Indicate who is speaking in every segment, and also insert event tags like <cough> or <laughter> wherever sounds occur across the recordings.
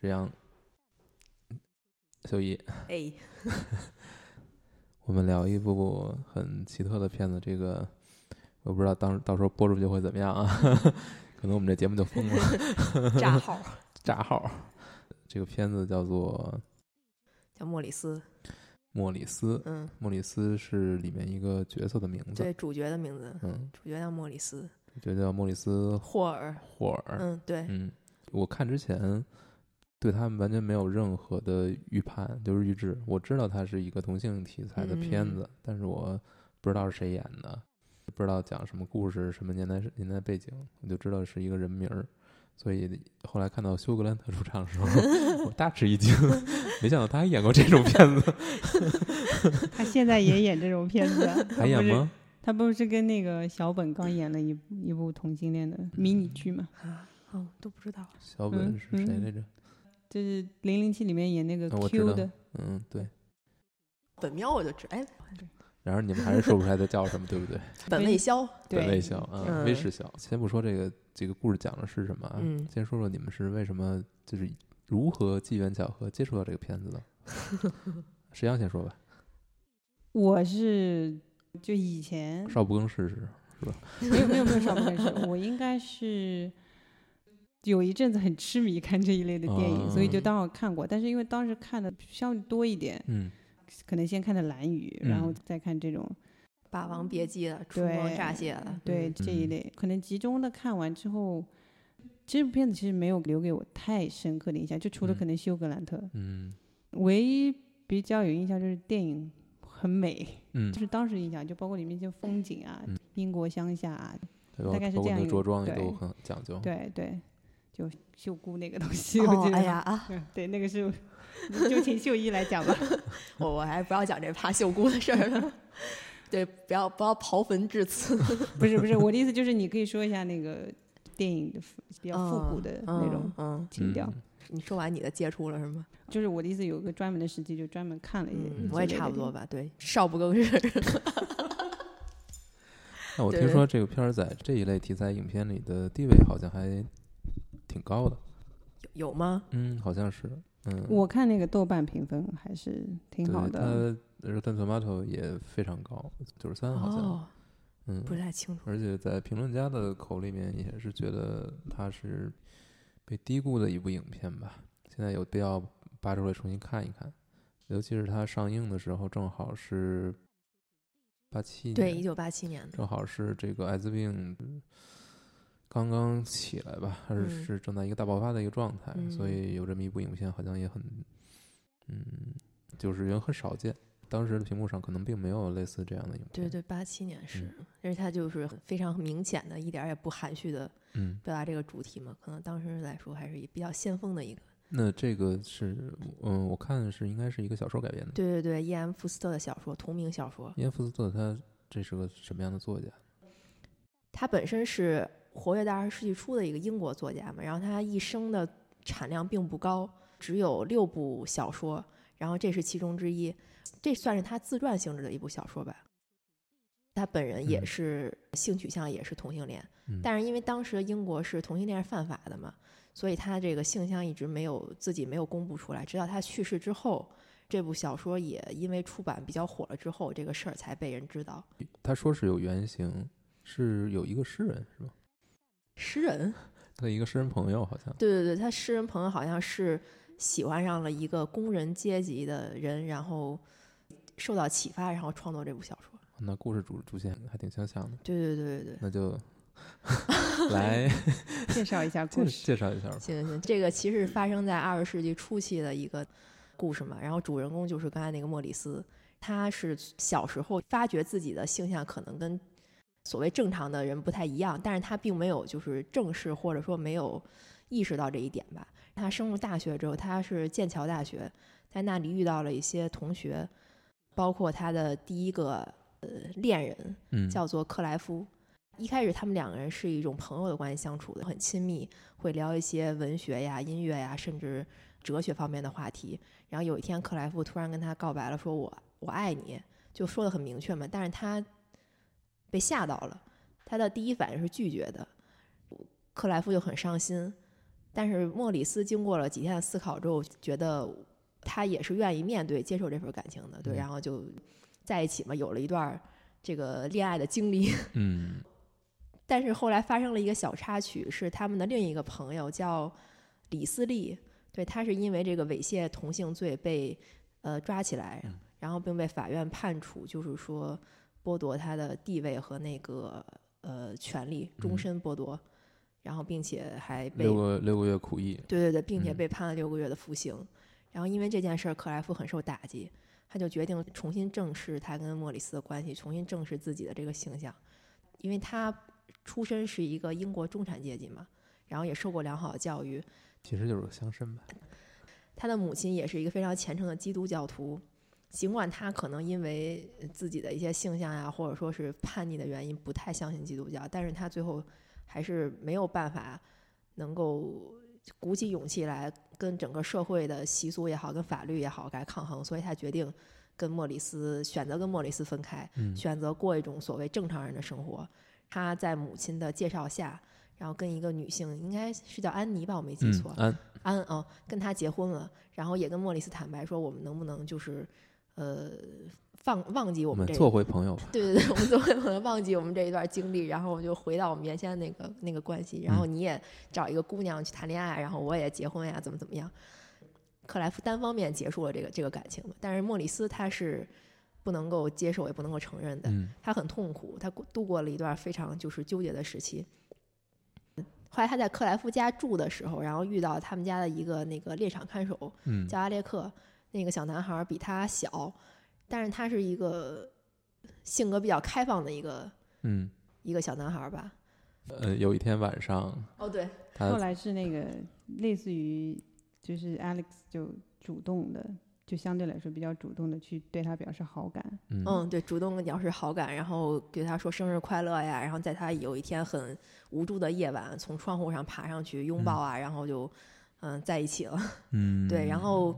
Speaker 1: 这样。所以
Speaker 2: 哎，
Speaker 1: 我们聊一部很奇特的片子，这个我不知道当到时候播出去会怎么样啊， <laughs> 可能我们这节目就封了， <laughs>
Speaker 3: <laughs>
Speaker 2: 炸号
Speaker 1: 炸号。这个片子叫做
Speaker 2: 叫莫里斯，
Speaker 1: 莫里斯，
Speaker 2: 嗯，
Speaker 1: 莫里斯是里面一个角色的名字，
Speaker 2: 对，主角的名字，
Speaker 1: 嗯，
Speaker 2: 主角叫莫里斯
Speaker 1: 就叫莫里斯
Speaker 2: 霍尔，
Speaker 1: 霍尔。
Speaker 2: 嗯，对，
Speaker 1: 嗯，我看之前对他们完全没有任何的预判，就是预知。我知道它是一个同性题材
Speaker 3: 嗯
Speaker 1: 的片子，但是我不知道是谁演的，不知道讲什么故事、什么年代年代背景，我就知道是一个人名儿。所以后来看到休格兰特出场的时候，我大吃一
Speaker 3: <laughs>
Speaker 1: 惊，没想到他还演过这种片子，，
Speaker 3: 他现在也演这种片子
Speaker 1: 还演
Speaker 3: 他不是？嗯
Speaker 1: 吗？
Speaker 3: 他不是跟那个小本刚演了一部一部同性恋的迷你剧吗？
Speaker 2: 啊，哦，都不知道，
Speaker 1: 小本
Speaker 3: 嗯
Speaker 1: 是谁来着？
Speaker 3: 就是《零零七》里面演那个
Speaker 1: 啊我知
Speaker 3: Q
Speaker 1: 道
Speaker 3: 的，
Speaker 1: 嗯，对。
Speaker 2: 本喵我就知，哎，
Speaker 1: 然而你们还是说不出来他叫什么，对不对？
Speaker 2: 本卫肖，
Speaker 1: 本卫
Speaker 3: 对，
Speaker 1: 肖啊，
Speaker 2: 嗯
Speaker 1: 威士肖。先不说这个这个故事讲的是什么啊，
Speaker 2: 嗯
Speaker 1: 先说说你们是为什么就是如何机缘巧合接触到这个片子的。石阳先说
Speaker 3: <laughs>
Speaker 1: 吧，
Speaker 3: 我是就以前
Speaker 1: 少不更事是
Speaker 3: 没有没有没有少不更事，我应该是有一阵子很痴迷看这一类的电影，所以
Speaker 1: 哦
Speaker 3: 就
Speaker 2: 嗯
Speaker 3: 当我看过，但是因为当时看的相对多一点，
Speaker 1: 嗯
Speaker 3: 可能先看的《蓝雨》，然后
Speaker 1: 嗯
Speaker 3: 再看这种
Speaker 2: 霸王别姬了，春光乍泄了，
Speaker 3: 对
Speaker 2: 嗯
Speaker 3: 这一
Speaker 1: 嗯
Speaker 3: 类，可能集中的看完之后，这部片子其实没有留给我太深刻的印象，就除了
Speaker 1: 嗯
Speaker 3: 可能休格兰特，
Speaker 1: 嗯
Speaker 3: 唯一比较有印象就是电影很美， <laughs>
Speaker 1: 嗯
Speaker 3: 就，是当时印象，就包括里面一些风景啊，
Speaker 1: 嗯
Speaker 3: 英国乡下啊，
Speaker 1: 对吧
Speaker 3: 大概是
Speaker 1: 包括
Speaker 3: 这
Speaker 1: 你
Speaker 3: 样
Speaker 1: 的
Speaker 3: 一个
Speaker 1: 着装也
Speaker 3: 对
Speaker 1: 都很讲究，
Speaker 3: 对对，就秀姑那个东西，我
Speaker 2: 哦
Speaker 3: 记，得，
Speaker 2: 哎呀啊，
Speaker 3: 嗯，对，那个是就请秀一来
Speaker 1: <laughs>
Speaker 3: 讲吧，
Speaker 2: 我我还不要讲这怕秀姑的事儿了， <laughs> 对，不要不要刨坟致此，
Speaker 3: 不是不是，我的意思就是你可以说一下那个电影的复比较复古的那种
Speaker 2: 嗯，嗯，
Speaker 3: 情调。
Speaker 1: 嗯
Speaker 2: 你说完你的接触了是吗？
Speaker 3: 就是我的意思，有个专门的时期就专门看了一些之类的
Speaker 2: 嗯
Speaker 3: 电影，，
Speaker 2: 我也差不多吧，对，少不更事，
Speaker 1: 那我
Speaker 2: 对
Speaker 1: 听说这个片儿在这一类题材影片里的地位好像还挺高的，
Speaker 2: <laughs> 有有吗？
Speaker 1: 嗯，好像是，嗯，
Speaker 3: 我看那个豆瓣评分还是挺
Speaker 1: 对呃
Speaker 3: 好的，
Speaker 1: 它 Rotten Tomato 也非常高，九十三好像，
Speaker 2: 哦，
Speaker 1: 嗯，
Speaker 2: 不太清楚，
Speaker 1: 而且在评论家的口里面也是觉得它是被低估的一部影片吧。现在有必要扒出来重新看一看，尤其是它上映的时候正好是八七
Speaker 2: 对，一
Speaker 1: 年，
Speaker 2: 九八七年的，
Speaker 1: 正好是这个艾滋病嗯刚刚起来吧，还是
Speaker 2: 嗯
Speaker 1: 是正在一个大爆发的一个状态，所
Speaker 2: 嗯
Speaker 1: 以有这么一部影片好像也很，嗯，就是也很少见。当时的屏幕上可能并没有类似这样的影片，
Speaker 2: 对，对，八七年是，而且他就是非常明显的，一点儿也不含蓄的
Speaker 1: 嗯。
Speaker 2: 表达这个主题嘛，可能当时来说还是也比较先锋的一个。
Speaker 1: 那这个是，嗯，我看是应该是一个小说改编的。
Speaker 2: 对对对，伊安福斯特的小说，同名小说，
Speaker 1: 伊安福斯特他这是个什么样的作家？
Speaker 2: 他本身是活跃在二十世纪初的一个英国作家嘛，然后他一生的产量并不高，只有六部小说，然后这是其中之一，这算是他自传性质的一部小说吧。他本人也
Speaker 1: 嗯
Speaker 2: 是性取向也是同性恋，
Speaker 1: 嗯
Speaker 2: 但是因为当时英国是同性恋是犯法的嘛，所以他这个性向一直没有自己没有公布出来，直到他去世之后，这部小说也因为出版比较火了之后，这个事儿才被人知道。
Speaker 1: 他说是有原型，是有一个诗人是吧？
Speaker 2: 诗人，
Speaker 1: 他的一个诗人朋友好像。
Speaker 2: 对对对，他诗人朋友好像是喜欢上了一个工人阶级的人，然后受到启发，然后创作这部小说。
Speaker 1: 那故事主主线还挺相像的，
Speaker 2: 对对对对对，
Speaker 1: 那就
Speaker 2: <laughs>
Speaker 1: 来
Speaker 3: <laughs> 介绍
Speaker 1: <laughs>
Speaker 3: 一下
Speaker 1: 介
Speaker 3: 故事。
Speaker 1: 介绍一下吧。
Speaker 2: 行行行，这个其实是发生在二十世纪初期的一个故事嘛。然后主人公就是刚才那个莫里斯，他是小时候发觉自己的性向可能跟所谓正常的人不太一样，但是他并没有就是正视或者说没有意识到这一点吧。他升入大学之后，他是剑桥大学，在那里遇到了一些同学，包括他的第一个呃恋人，
Speaker 1: 嗯，
Speaker 2: 叫做克莱夫。一开始他们两个人是一种朋友的关系相处的，很亲密，会聊一些文学呀、音乐呀，甚至哲学方面的话题。然后有一天，克莱夫突然跟他告白了，说我我爱你，就说的很明确嘛。但是他被吓到了，他的第一反应是拒绝的，克莱夫就很伤心。但是莫里斯经过了几天的思考之后，觉得他也是愿意面对、接受这份感情的，对，
Speaker 1: 嗯
Speaker 2: 然后就在一起嘛，有了一段儿这个恋爱的经历。 <laughs>
Speaker 1: 嗯
Speaker 2: 但是后来发生了一个小插曲，是他们的另一个朋友叫李思利，对他是因为这个猥亵同性罪被呃抓起来
Speaker 1: 嗯，
Speaker 2: 然后并被法院判处就是说剥夺他的地位和那个呃权利，终
Speaker 1: 嗯
Speaker 2: 身剥夺，然后并且还被
Speaker 1: 六个六个月苦役，
Speaker 2: 对对对，并且
Speaker 1: 嗯
Speaker 2: 被判了六个月的服刑。然后因为这件事儿，克莱夫很受打击，他就决定重新正视他跟莫里斯的关系，重新正视自己的这个形象，因为他出身是一个英国中产阶级嘛，然后也受过良好的教育，
Speaker 1: 其实就是个乡绅吧。
Speaker 2: 他的母亲也是一个非常虔诚的基督教徒。尽管他可能因为呃自己的一些性向呀、或者说是叛逆的原因，不太相信基督教，但是他最后还是没有办法能够鼓起勇气来跟整个社会的习俗也好，跟法律也好来抗衡，所以他决定跟莫里斯选择跟莫里斯分开，
Speaker 1: 嗯
Speaker 2: 选择过一种所谓正常人的生活。他在母亲的介绍下，然后跟一个女性，应该是叫安妮吧，我没记
Speaker 1: 嗯
Speaker 2: 错，，
Speaker 1: 安
Speaker 2: 安啊、哦跟他结婚了，然后也跟莫里斯坦白说，我们能不能就是呃放忘记我
Speaker 1: 我
Speaker 2: 们
Speaker 1: 们
Speaker 2: 这
Speaker 1: 做回朋友吧。
Speaker 2: 对对对，我们总可能忘记我们这一段经历，然后我们就回到我们原先那个那个关系，然
Speaker 1: 嗯
Speaker 2: 后你也找一个姑娘去谈恋爱，然后我也结婚呀，怎么怎么样。克莱夫单方面结束了这个这个感情，但是莫里斯他是不能够接受也不能够承认的，
Speaker 1: 嗯
Speaker 2: 他很痛苦，他过度过了一段非常就是纠结的时期。后来他在克莱夫家住的时候，然后遇到他们家的一个那个猎场看守，
Speaker 1: 嗯
Speaker 2: 叫阿列克，那个小男孩儿比他小，但是他是一个性格比较开放的一个
Speaker 1: 嗯，
Speaker 2: 一个小男孩儿吧。
Speaker 1: 呃，有一天晚上，
Speaker 2: 哦，对，
Speaker 1: 他
Speaker 3: 后来是那个类似于就是 Alex 就主动的，就相对来说比较主动的去对他表示好感。
Speaker 1: 嗯
Speaker 2: 嗯，对，主动表示好感，然后对他说生日快乐呀，然后在他有一天很无助的夜晚，从窗户上爬上去拥抱啊，然后就嗯在一起了。
Speaker 1: 嗯
Speaker 2: 对，然后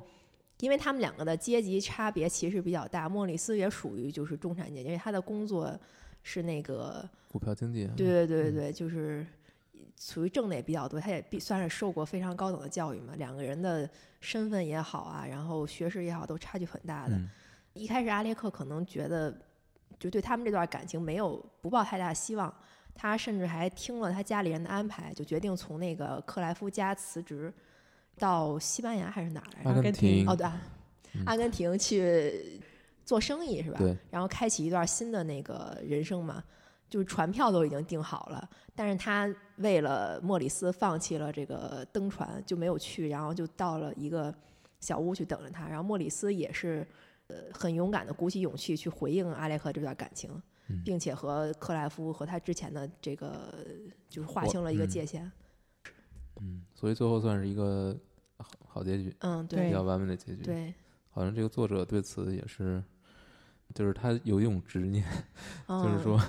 Speaker 2: 因为他们两个的阶级差别其实比较大，莫里斯也属于就是中产阶级，因为他的工作是那个
Speaker 1: 嗯股票经济，啊嗯
Speaker 2: 对，对对对对，就是属于挣的也比较多，他也必算是受过非常高等的教育嘛。两个人的身份也好啊，然后学识也好，都差距很大的。
Speaker 1: 嗯
Speaker 2: 一开始阿列克可能觉得，就对他们这段感情没有不抱太大希望，他甚至还听了他家里人的安排，就决定从那个克莱夫家辞职，到西班牙还是哪儿来着
Speaker 1: 阿？根
Speaker 3: 根
Speaker 1: 廷
Speaker 3: 廷
Speaker 2: 哦，对、啊，
Speaker 1: 嗯
Speaker 2: 阿根廷去做生意是吧？
Speaker 1: 对
Speaker 2: 然后开启一段新的那个人生嘛，就是船票都已经订好了，但是他为了莫里斯放弃了这个登船，就没有去，然后就到了一个小屋去等着他。然后莫里斯也是呃很勇敢的鼓起勇气去回应阿列克这段感情
Speaker 1: 嗯，
Speaker 2: 并且和克莱夫和他之前的这个就是划
Speaker 1: 我
Speaker 2: 清了一个
Speaker 1: 嗯
Speaker 2: 界限。
Speaker 1: 嗯，所以最后算是一个好好结局，
Speaker 2: 嗯，
Speaker 1: 比
Speaker 2: 对
Speaker 1: 较完美的结局。，
Speaker 2: 对，
Speaker 1: 好像这个作者对此也是，就是他有一种执念，就是
Speaker 2: 嗯
Speaker 1: 说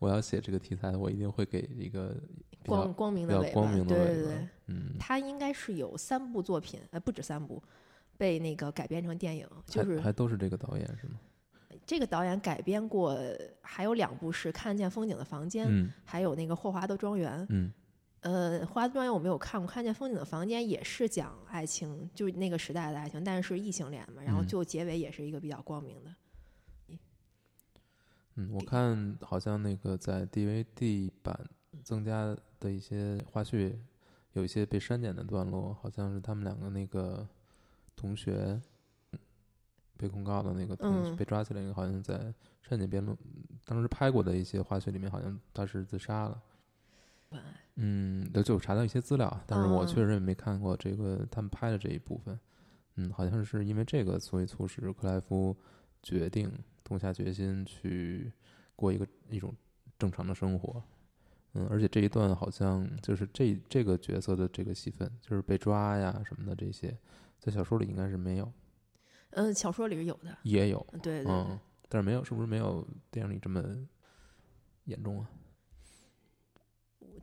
Speaker 1: 我要写这个题材，我一定会给一个比较
Speaker 2: 光光明
Speaker 1: 比
Speaker 2: 的
Speaker 1: 较
Speaker 2: 尾巴，
Speaker 1: 光明的
Speaker 2: 对
Speaker 1: 尾
Speaker 2: 对
Speaker 1: 巴
Speaker 2: 对。
Speaker 1: 嗯，
Speaker 2: 他应该是有三部作品，呃，不止三部，被那个改编成电影。就
Speaker 1: 还
Speaker 2: 是
Speaker 1: 还都是这个导演是吗？
Speaker 2: 这个导演改编过，呃还有两部是《看见风景的房间》，
Speaker 1: 嗯
Speaker 2: 还有那个《霍华德庄园》。
Speaker 1: 嗯
Speaker 2: 呃，《霍华德庄园》我没有看过，《看见风景的房间》也是讲爱情，就是那个时代的爱情，但是是异性恋嘛，然后
Speaker 1: 嗯
Speaker 2: 就结尾也是一个比较光明的。
Speaker 1: 嗯，我
Speaker 2: 给
Speaker 1: 看好像那个在 DVD 版增加的一些花絮，有一些被删减的段落，好像是他们两个那个同学嗯被控告的那个同学、
Speaker 2: 嗯
Speaker 1: 被抓起来那个，好像在删减辩论当时拍过的一些花絮里面，好像他是自杀了。
Speaker 2: 晚安
Speaker 1: 嗯，就就查到一些资料，啊但是我
Speaker 2: 嗯
Speaker 1: 确实也没看过这个他们拍的这一部分。嗯，好像是因为这个，所以促使克莱夫决定痛下决心去过一个一种正常的生活。嗯，而且这一段好像就是这这个角色的这个戏份，就是被抓呀什么的这些，在小说里应该是没有，
Speaker 2: 嗯，小说里是有的，
Speaker 1: 也有，
Speaker 2: 对对对。
Speaker 1: 嗯，但是没有，是不是没有电影里这么严重啊？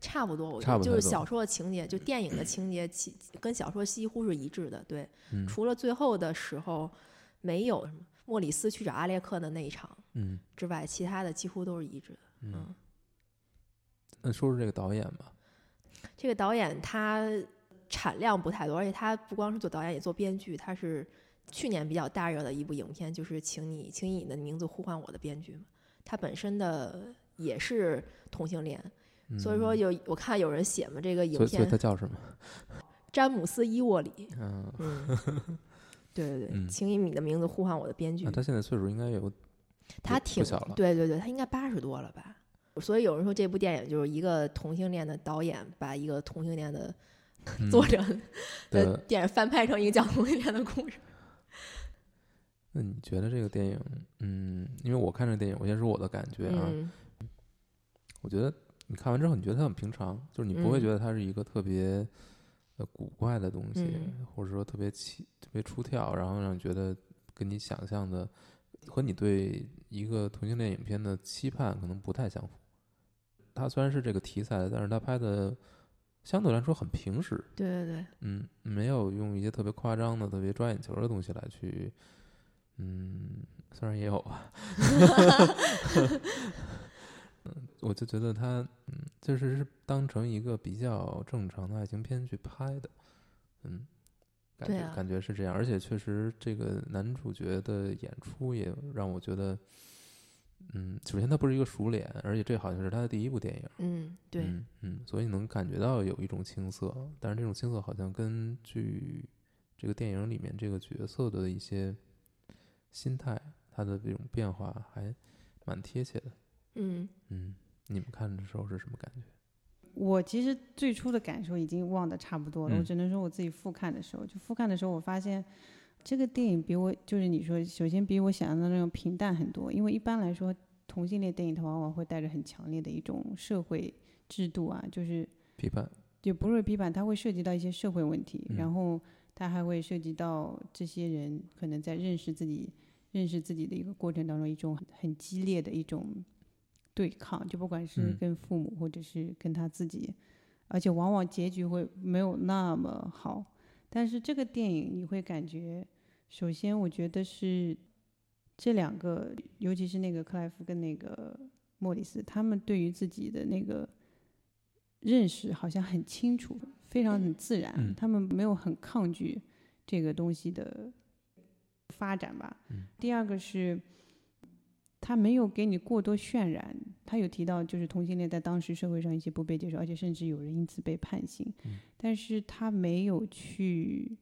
Speaker 2: 差不多，我觉
Speaker 1: 差
Speaker 2: 得
Speaker 1: 不
Speaker 2: 就
Speaker 1: 太
Speaker 2: 是
Speaker 1: 多
Speaker 2: 小说的情节，就电影的情节，其跟小说几乎是一致的。对，
Speaker 1: 嗯
Speaker 2: 除了最后的时候没有什么莫里斯去找阿列克的那一场
Speaker 1: 嗯
Speaker 2: 之外，其他的几乎都是一致的。
Speaker 1: 嗯
Speaker 2: 嗯。
Speaker 1: 那说说这个导演吧，
Speaker 2: 这个导演他产量不太多，而且他不光是做导演，也做编剧。他是去年比较大热的一部影片，就是请你，请以你的名字呼唤我的编剧嘛。他本身的也是同性恋，
Speaker 1: 嗯
Speaker 2: 所以说有我看有人写嘛，这个影
Speaker 1: 所以所以
Speaker 2: 片
Speaker 1: 它叫什么？
Speaker 2: 詹姆斯伊沃里，
Speaker 1: 嗯、 <laughs>
Speaker 2: 嗯，对对对，
Speaker 1: 嗯啊
Speaker 2: 请以你的名字呼唤我的编剧，
Speaker 1: 那他现在岁数应该有
Speaker 2: 他
Speaker 1: 不
Speaker 2: 挺
Speaker 1: 小了
Speaker 2: 对对对，他应该八十多了吧？所以有人说这部电影就是一个同性恋的导演把一个同性恋的
Speaker 1: 嗯
Speaker 2: 作者 <laughs> 的
Speaker 1: 的。
Speaker 2: 电影翻拍成一个讲同性恋的故事。
Speaker 1: 那你觉得这个电影，嗯，因为我看这电影，我先说我的感觉啊，
Speaker 2: 嗯
Speaker 1: 我觉得你看完之后，你觉得它很平常，就是你不会
Speaker 2: 嗯
Speaker 1: 觉得它是一个特别呃古怪的东西，
Speaker 2: 嗯
Speaker 1: 或者说特别奇、特别出挑，然后让你觉得跟你想象的和你对一个同性恋影片的期盼可能不太相符。它虽然是这个题材，但是它拍的相对来说很平实，
Speaker 2: 对对对，
Speaker 1: 嗯，没有用一些特别夸张的、特别抓眼球的东西来去，嗯，虽然也有
Speaker 2: <laughs>
Speaker 1: 吧，嗯，我就觉得他，嗯，就是是当成一个比较正常的爱情片去拍的，嗯，感
Speaker 2: 对
Speaker 1: 觉、
Speaker 2: 啊
Speaker 1: 感觉是这样，而且确实这个男主角的演出也让我觉得，嗯，首先他不是一个熟脸，而且这好像是他的第一部电影，
Speaker 2: 嗯对，
Speaker 1: 嗯嗯，所以能感觉到有一种青涩，但是这种青涩好像跟剧这个电影里面这个角色的一些心态，他的这种变化还蛮贴切的。
Speaker 2: 嗯
Speaker 1: 嗯，你们看的时候是什么感觉？
Speaker 3: 我其实最初的感受已经忘得差不多了，
Speaker 1: 嗯
Speaker 3: 我只能说我自己复看的时候，就复看的时候，我发现这个电影比我就是你说，首先比我想象的那种平淡很多，因为一般来说同性恋电影它往往会带着很强烈的一种社会制度啊，就是
Speaker 1: 批判，
Speaker 3: 就不是批判，它会涉及到一些社会问题，
Speaker 1: 嗯
Speaker 3: 然后它还会涉及到这些人可能在认识自己、认识自己的一个过程当中，一种很很激烈的一种对抗，就不管是
Speaker 1: 嗯
Speaker 3: 跟父母或者是跟他自己，而且往往结局会没有那么好。但是这个电影你会感觉，首先我觉得是这两个，尤其是那个克莱夫跟那个莫里斯，他们对于自己的那个认识好像很清楚，非常很自然，
Speaker 1: 嗯
Speaker 3: 他们没有很抗拒这个东西的发展吧。
Speaker 1: 嗯
Speaker 3: 第二个是。他没有给你过多渲染，他有提到就是同性恋在当时社会上一些不被接受，而且甚至有人因此被判刑，
Speaker 1: 嗯
Speaker 3: 但是他没有去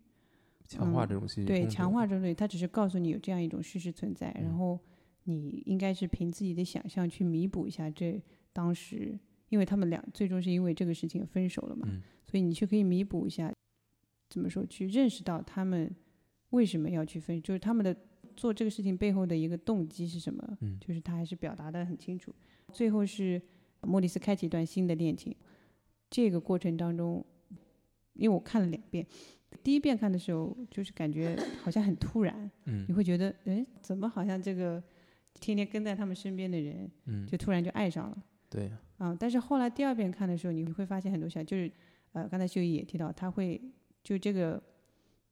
Speaker 1: 强化
Speaker 3: 嗯
Speaker 1: 这种戏剧、
Speaker 3: 对，强化。这种东西，它只是告诉你有这样一种事实存在，
Speaker 1: 嗯
Speaker 3: 然后你应该是凭自己的想象去弥补一下这当时，因为他们俩最终是因为这个事情分手了嘛，
Speaker 1: 嗯
Speaker 3: 所以你去可以弥补一下，怎么说，去认识到他们为什么要去分，就是他们的做这个事情背后的一个动机是什么，
Speaker 1: 嗯
Speaker 3: 就是他还是表达的很清楚。最后是莫里斯开启一段新的恋情，这个过程当中，因为我看了两遍，第一遍看的时候就是感觉好像很突然，你
Speaker 1: 嗯
Speaker 3: 会觉得，哎，怎么好像这个天天跟在他们身边的人
Speaker 1: 嗯，
Speaker 3: 就突然就爱上了。
Speaker 1: 对呀，
Speaker 3: 啊，但是后来第二遍看的时候，你会发现很多小，就是呃，刚才秀仪也提到，他会就这个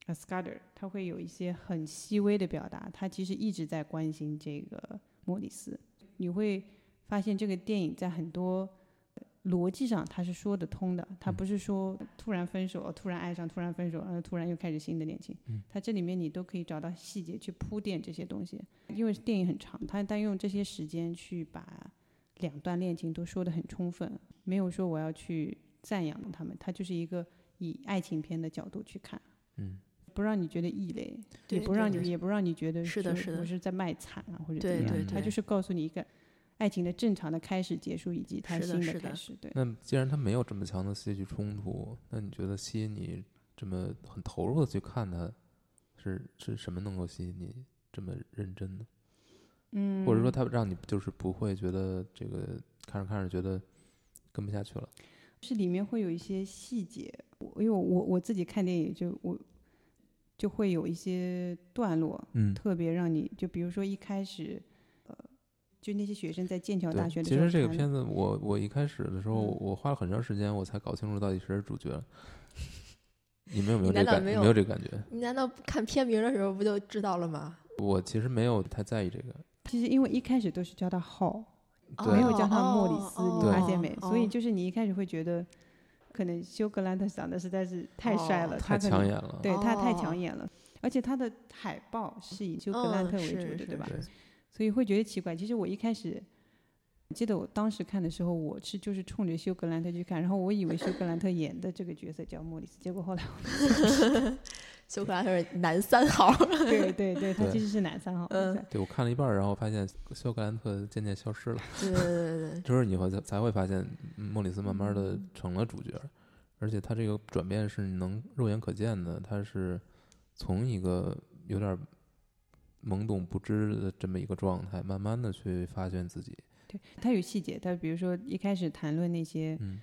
Speaker 3: 呃 Scudder，他会有一些很细微的表达，他其实一直在关心这个莫里斯。你会发现这个电影在很多逻辑上它是说得通的，它
Speaker 1: 嗯
Speaker 3: 不是说突然分手、突然爱上、突然分手，然后突然又开始新的恋情。
Speaker 1: 嗯
Speaker 3: 它这里面你都可以找到细节去铺垫这些东西，因为电影很长，它但用这些时间去把两段恋情都说得很充分，没有说我要去赞扬他们，它就是一个以爱情片的角度去看，
Speaker 1: 嗯
Speaker 3: 不让你觉得异类，
Speaker 2: 对
Speaker 3: 也不让
Speaker 2: 对
Speaker 3: 你
Speaker 2: 对
Speaker 3: 也不让你觉得
Speaker 2: 是的
Speaker 3: 说
Speaker 2: 是的
Speaker 3: 我是在卖惨啊或者怎
Speaker 2: 对
Speaker 3: 么
Speaker 1: 对
Speaker 3: 样，它
Speaker 1: 对
Speaker 3: 就是告诉你一个爱情的正常的开始、结束以及它
Speaker 2: 是的
Speaker 3: 新
Speaker 2: 是的
Speaker 3: 开始，对。
Speaker 1: 那既然他没有这么强的戏剧冲突，那你觉得吸引你这么很投入的去看它，是是什么能够吸引你这么认真呢？
Speaker 3: 嗯，
Speaker 1: 或者说它让你就是不会觉得这个看着看着觉得跟不下去了。
Speaker 3: 是里面会有一些细节，我因为我我我自己看电影就我就会有一些段落
Speaker 1: 嗯，
Speaker 3: 特别让你就比如说一开始，呃，就那些学生在剑桥
Speaker 1: 对
Speaker 3: 大学的
Speaker 1: 其
Speaker 3: 时候
Speaker 1: 实这个
Speaker 3: 谈
Speaker 1: 片子我我一开始的时候，
Speaker 3: 嗯
Speaker 1: 我花了很长时间我才搞清楚到底谁是主角。你们有没有
Speaker 2: 你
Speaker 1: 这
Speaker 2: 难
Speaker 1: 个
Speaker 2: 道
Speaker 1: 感？
Speaker 2: 没
Speaker 1: 没
Speaker 2: 有
Speaker 1: 有这个感觉？
Speaker 2: 你难道看片名的时候不就知道了吗？
Speaker 1: 我其实没有太在意这个。
Speaker 3: 其实因为一开始都是叫他 Hall，
Speaker 1: 对
Speaker 3: 没有叫他莫里斯，
Speaker 2: 哦
Speaker 3: 你发现没？
Speaker 2: 哦
Speaker 3: 所以就是你一开始会觉得，可能休格兰特长得实在是太帅
Speaker 2: 哦
Speaker 3: 了，
Speaker 1: 太
Speaker 3: 他可
Speaker 1: 抢
Speaker 3: 能
Speaker 1: 眼了。
Speaker 3: 对他太
Speaker 2: 哦
Speaker 3: 抢眼了，而且他的海报是以休格兰
Speaker 2: 嗯
Speaker 3: 特为
Speaker 2: 是
Speaker 3: 主的，
Speaker 2: 是
Speaker 3: 对吧？
Speaker 1: 对
Speaker 3: 所以会觉得奇怪。其实我一开始记得我当时看的时候，我是就是冲着休格兰特去看，然后我以为休格兰特演的这个角色叫莫里斯，结果后来
Speaker 2: <laughs> 休克拉特是男三号，
Speaker 3: <laughs>
Speaker 2: <laughs>
Speaker 3: 对对对，他
Speaker 1: 对
Speaker 3: 其实是男三号。
Speaker 2: 嗯
Speaker 3: 对
Speaker 1: 对，我看了一半儿，然后发现休格兰特渐渐消失了，
Speaker 2: 对对对对
Speaker 1: 就是你会才才会发现嗯莫里斯慢慢的
Speaker 2: 嗯
Speaker 1: 成了主角，而且他这个转变是能肉眼可见的，他是从一个有点儿懵懂不知的这么一个状态，慢慢的去发现自己，
Speaker 3: 对，他有细节，他比如说一开始谈论那些，
Speaker 1: 嗯，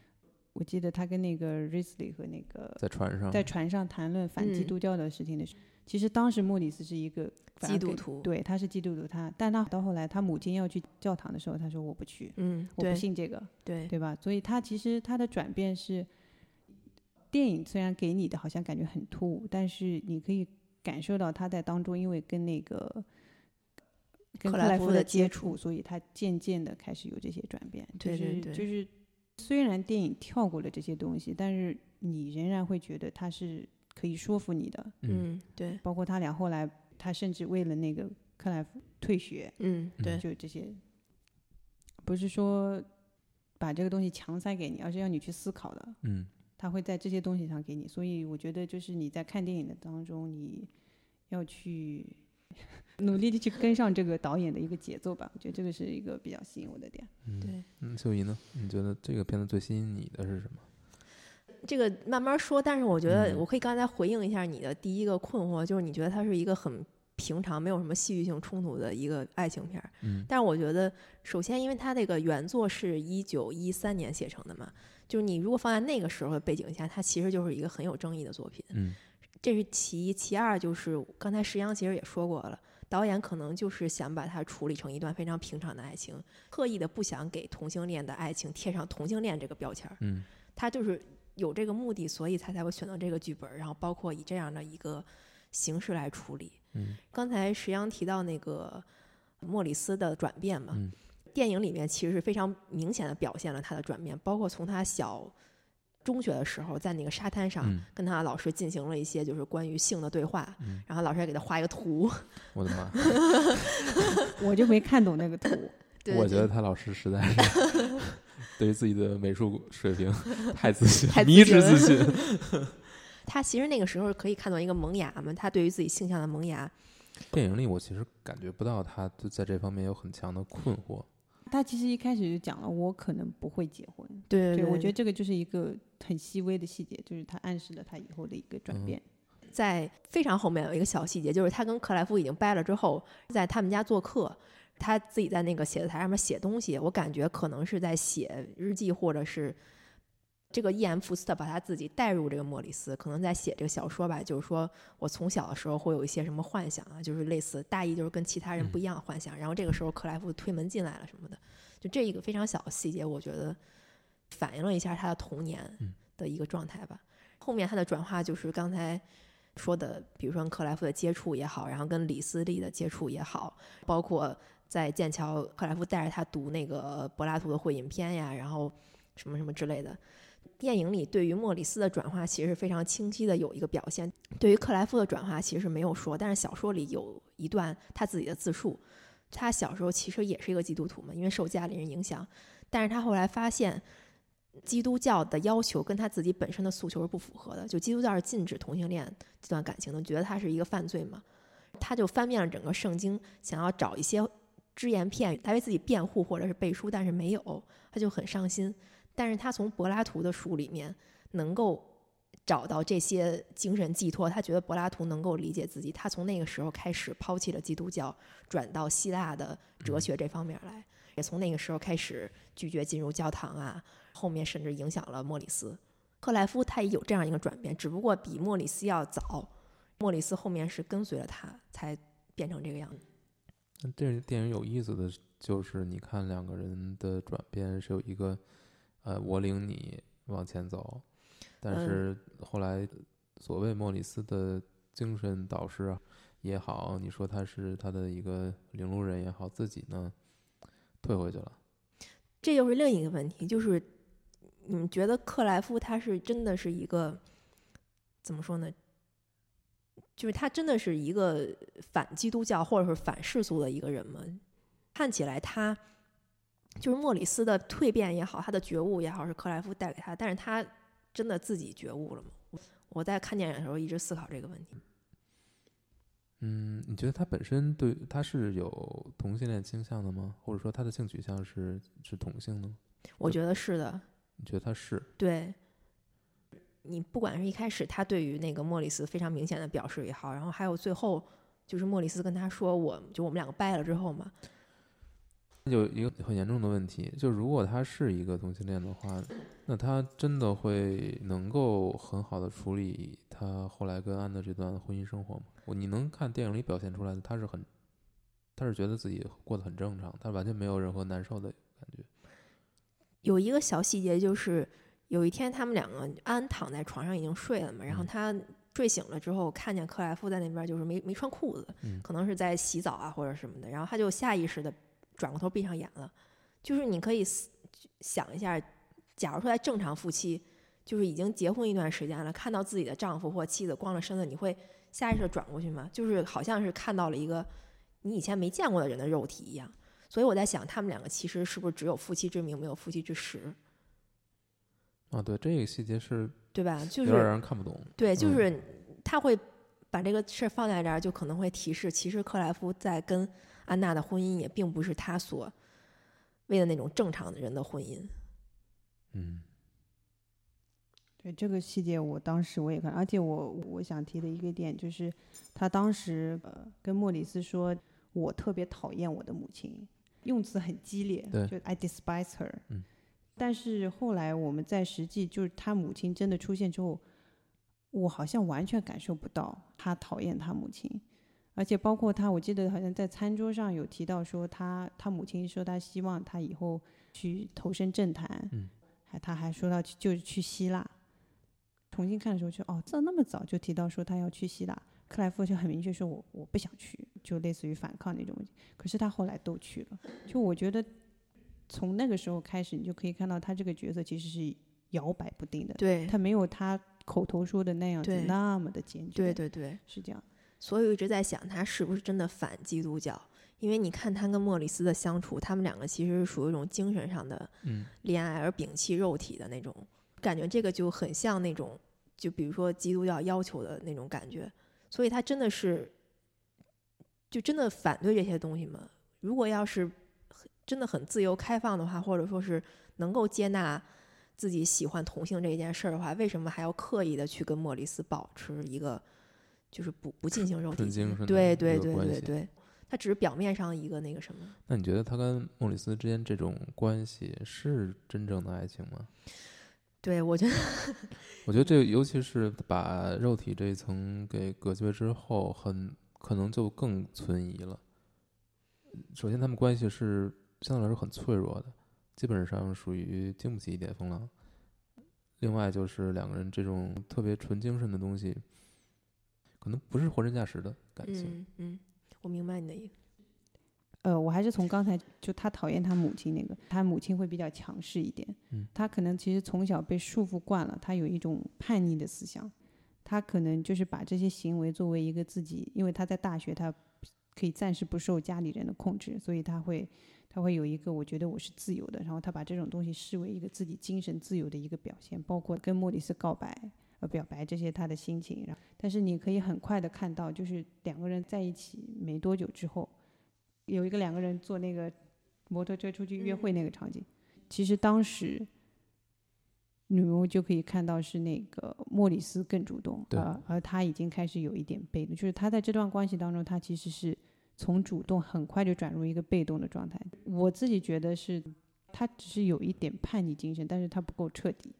Speaker 3: 我记得他跟那个 Risley 和那个
Speaker 1: 在船上，
Speaker 3: 在船上谈论反基
Speaker 2: 嗯
Speaker 3: 督教的事情的时候，其实当时莫里斯是一个反而
Speaker 2: 基督
Speaker 3: 跟
Speaker 2: 徒
Speaker 3: 对，他是基督徒，他但他到后来他母亲要去教堂的时候，他说我不去，
Speaker 2: 嗯，
Speaker 3: 我不
Speaker 2: 对
Speaker 3: 信这个，
Speaker 2: 对，
Speaker 3: 对吧？所以他其实他的转变是，电影虽然给你的好像感觉很突兀，但是你可以感受到他在当中，因为跟那个跟
Speaker 2: 克
Speaker 3: 克
Speaker 2: 莱
Speaker 3: 莱
Speaker 2: 夫
Speaker 3: 夫
Speaker 2: 的
Speaker 3: 的
Speaker 2: 接
Speaker 3: 接
Speaker 2: 触
Speaker 3: 触，所以他渐渐的开始有这些转变。就
Speaker 2: 对对
Speaker 3: 是
Speaker 2: 对
Speaker 3: 就是虽然电影跳过了这些东西，但是你仍然会觉得他是可以说服你的。
Speaker 1: 嗯，
Speaker 2: 嗯对，
Speaker 3: 包括他俩后来，他甚至为了那个克莱夫退学，
Speaker 2: 嗯对，
Speaker 3: 就这些，不是说把这个东西强塞给你，而是要你去思考的。
Speaker 1: 嗯，
Speaker 3: 他会在这些东西上给你，所以我觉得就是你在看电影的当中，你要去 <laughs> 努力的去跟上这个导演的一个节奏吧。我觉得这个是一个比较吸引我的点。
Speaker 1: 嗯
Speaker 2: 对，
Speaker 1: 嗯，秀姨呢？你觉得这个片子最吸引你的是什么？
Speaker 2: 这个慢慢说，但是我觉得
Speaker 1: 嗯
Speaker 2: 我可以刚才回应一下你的第一个困惑，就是你觉得它是一个很平常、没有什么戏剧性冲突的一个爱情片儿。
Speaker 1: 嗯
Speaker 2: 但是我觉得，首先因为它这个原作是一九一三年写成的嘛，就是你如果放在那个时候的背景下，它其实就是一个很有争议的作品。
Speaker 1: 嗯
Speaker 2: 这是其一，其二就是刚才石阳其实也说过了，导演可能就是想把它处理成一段非常平常的爱情，刻意的不想给同性恋的爱情贴上同性恋这个标签儿，
Speaker 1: 嗯
Speaker 2: 他就是有这个目的，所以他才会选择这个剧本儿，然后包括以这样的一个形式来处理。
Speaker 1: 嗯
Speaker 2: 刚才石阳提到那个莫里斯的转变嘛，
Speaker 1: 嗯
Speaker 2: 电影里面其实是非常明显的表现了他的转变，包括从他小中学的时候，在那个沙滩上。
Speaker 1: 嗯，
Speaker 2: 跟他老师进行了一些就是关于性的对话，
Speaker 1: 嗯
Speaker 2: 然后老师还给他画一个图。 <laughs>
Speaker 1: 我的妈！
Speaker 3: 我就没看懂那个图，
Speaker 2: 对
Speaker 1: 我
Speaker 2: 对
Speaker 1: 觉得他老师实在是
Speaker 2: <laughs>
Speaker 1: 对于自己的美术水平太自信
Speaker 2: 太，自
Speaker 1: 迷之
Speaker 2: 信了
Speaker 1: 自信。
Speaker 2: 他其实那个时候可以看到一个萌芽嘛，他对于自己性向的萌芽。
Speaker 1: 电影里我其实感觉不到他就在这方面有很强的困惑。
Speaker 3: 他其实一开始就讲了，我可能不会结婚。
Speaker 2: 对对，
Speaker 3: 我觉得这个就是一个很细微的细节，就是他暗示了他以后的一个转
Speaker 1: 嗯
Speaker 3: 变。
Speaker 2: 在非常后面有一个小细节，就是他跟克莱夫已经掰了之后，在他们家做客，他自己在那个写字台上面写东西，我感觉可能是在写日记，或者是这个伊安福斯特把他自己带入这个莫里斯，可能在写这个小说吧，就是说我从小的时候会有一些什么幻想啊，就是类似大意就是跟其他人不一样的幻想，然后这个时候克莱夫推门进来了什么的，就这一个非常小的细节，我觉得反映了一下他的童年
Speaker 1: 嗯
Speaker 2: 的一个状态吧。后面他的转化就是刚才说的，比如说跟克莱夫的接触也好，然后跟李斯利的接触也好，包括在剑桥克莱夫带着他读那个柏拉图的《会影片》呀，然后什么什么之类的。电影里对于莫里斯的转化其实是非常清晰的有一个表现，对于克莱夫的转化其实没有说，但是小说里有一段他自己的自述，他小时候其实也是一个基督徒嘛，因为受家里人影响，但是他后来发现基督教的要求跟他自己本身的诉求是不符合的，就基督教是禁止同性恋这段感情的，觉得他是一个犯罪嘛，他就翻遍了整个圣经，想要找一些只言片语来为自己辩护或者是背书，但是没有，他就很伤心。但是他从柏拉图的书里面能够找到这些精神寄托，他觉得柏拉图能够理解自己，他从那个时候开始抛弃了基督教，转到希腊的哲学这方面来，也从那个时候开始拒绝进入教堂啊，后面甚至影响了莫里斯。克莱夫他也有这样一个转变，只不过比莫里斯要早，莫里斯后面是跟随了他才变成这个样子。
Speaker 1: 但这电影有意思的就是，你看两个人的转变是有一个，呃，我领你往前走，但
Speaker 2: 嗯
Speaker 1: 是后来所谓莫里斯的精神导师啊也好，你说他是他的一个领路人也好，自己呢退回去了。
Speaker 2: 这就是另一个问题，就是你们觉得克莱夫他是真的是一个怎么说呢？就是他真的是一个反基督教或者是反世俗的一个人吗？看起来他就是莫里斯的蜕变也好，他的觉悟也好，是克莱夫带给他，但是他真的自己觉悟了吗？我我在看电影的时候一直思考这个问题。
Speaker 1: 嗯，你觉得他本身对他是有同性恋倾向的吗？或者说他的性取向是是同性的吗？
Speaker 2: 我觉得是的，
Speaker 1: 你觉得他是？
Speaker 2: 对，你不管是一开始他对于那个莫里斯非常明显的表示也好，然后还有最后就是莫里斯跟他说我，就我们两个掰了之后嘛，
Speaker 1: 有一个很严重的问题，就如果他是一个同性恋的话，那他真的会能够很好的处理他后来跟安的这段婚姻生活吗？我你能看电影里表现出来的，他是很，他是觉得自己过得很正常，他完全没有任何难受的感觉。
Speaker 2: 有一个小细节就是，有一天他们两个安躺在床上已经睡了嘛，然后
Speaker 1: 嗯
Speaker 2: 他睡醒了之后，看见克莱夫在那边就是没没穿裤子，
Speaker 1: 嗯
Speaker 2: 可能是在洗澡啊或者什么的，然后他就下意识的转过头闭上眼了。就是你可以思想一下，假如说在正常夫妻，就是已经结婚一段时间了，看到自己的丈夫或妻子光着身子，你会下意识的转过去吗？就是好像是看到了一个你以前没见过的人的肉体一样。所以我在想，他们两个其实是不是只有夫妻之名，没有夫妻之实，
Speaker 1: 啊，对，这个细节是
Speaker 2: 对吧？就
Speaker 1: 有点让
Speaker 2: 是
Speaker 1: 人看不懂。
Speaker 2: 对，就
Speaker 1: 嗯
Speaker 2: 是他会把这个事儿放在这儿，就可能会提示，其实克莱夫在跟安娜的婚姻也并不是他所为的那种正常的人的婚姻。
Speaker 1: 嗯
Speaker 3: 对这个细节，我当时我也看，而且我我想提的一个点就是，他当时呃跟莫里斯说，我特别讨厌我的母亲，用词很激烈，
Speaker 1: 对
Speaker 3: 就 I despise her。
Speaker 1: 嗯。
Speaker 3: 但是后来我们在实际就是他母亲真的出现之后，我好像完全感受不到他讨厌他母亲，而且包括他，我记得好像在餐桌上有提到说他他母亲说他希望他以后去投身政坛，
Speaker 1: 嗯，
Speaker 3: 还他还说到去就是去希腊。重新看的时候就哦，这那么早就提到说他要去希腊，克莱夫就很明确说我我不想去，就类似于反抗那种。可是他后来都去了，就我觉得从那个时候开始，你就可以看到他这个角色其实是摇摆不定的，
Speaker 2: 对，
Speaker 3: 他没有他口头说的那样子
Speaker 2: 对
Speaker 3: 那么的坚决，
Speaker 2: 对，对，对。
Speaker 3: 是这样。
Speaker 2: 所以我一直在想，他是不是真的反基督教？因为你看他跟莫里斯的相处，他们两个其实是属于一种精神上的
Speaker 1: 嗯，
Speaker 2: 恋爱，而摒弃肉体的那种感觉。这个就很像那种，就比如说基督教要求的那种感觉。所以他真的是，就真的反对这些东西吗？如果要是很真的很自由开放的话，或者说是能够接纳自己喜欢同性这一件事儿的话，为什么还要刻意的去跟莫里斯保持一个就是不不进行肉体
Speaker 1: 纯精神的
Speaker 2: 对
Speaker 1: 一
Speaker 2: 对
Speaker 1: 个
Speaker 2: 对
Speaker 1: 关
Speaker 2: 对
Speaker 1: 系嗯
Speaker 2: 对，他只是表面上一个那个什么。
Speaker 1: 那你觉得他跟莫里斯之间这种关系是真正的爱情吗？
Speaker 2: 对我觉得
Speaker 1: 我觉得这个尤其是把肉体这一层给隔绝之后，很可能就更存疑了。首先，他们关系是相对来说很脆弱的，基本上属于经不起一点风浪。另外就是两个人这种特别纯精神的东西，可能不是货真价实的感情。
Speaker 2: 嗯嗯，我明白你的意思。
Speaker 3: 呃，我还是从刚才就他讨厌他母亲那个，他母亲会比较强势一点。
Speaker 1: 嗯
Speaker 3: 他可能其实从小被束缚惯了，他有一种叛逆的思想，他可能就是把这些行为作为一个自己，因为他在大学他可以暂时不受家里人的控制，所以他会他会有一个我觉得我是自由的，然后他把这种东西视为一个自己精神自由的一个表现，包括跟莫里斯告白。呃，表白这些他的心情，然后但是你可以很快的看到，就是两个人在一起没多久之后，有一个两个人坐那个摩托车出去约会那个场景，其实当时女巫就可以看到是那个莫里斯更主动，啊
Speaker 1: 对
Speaker 3: 而而他已经开始有一点被动，就是他在这段关系当中，他其实是从主动很快就转入一个被动的状态。我自己觉得是他只是有一点叛逆精神，但是他不够彻底，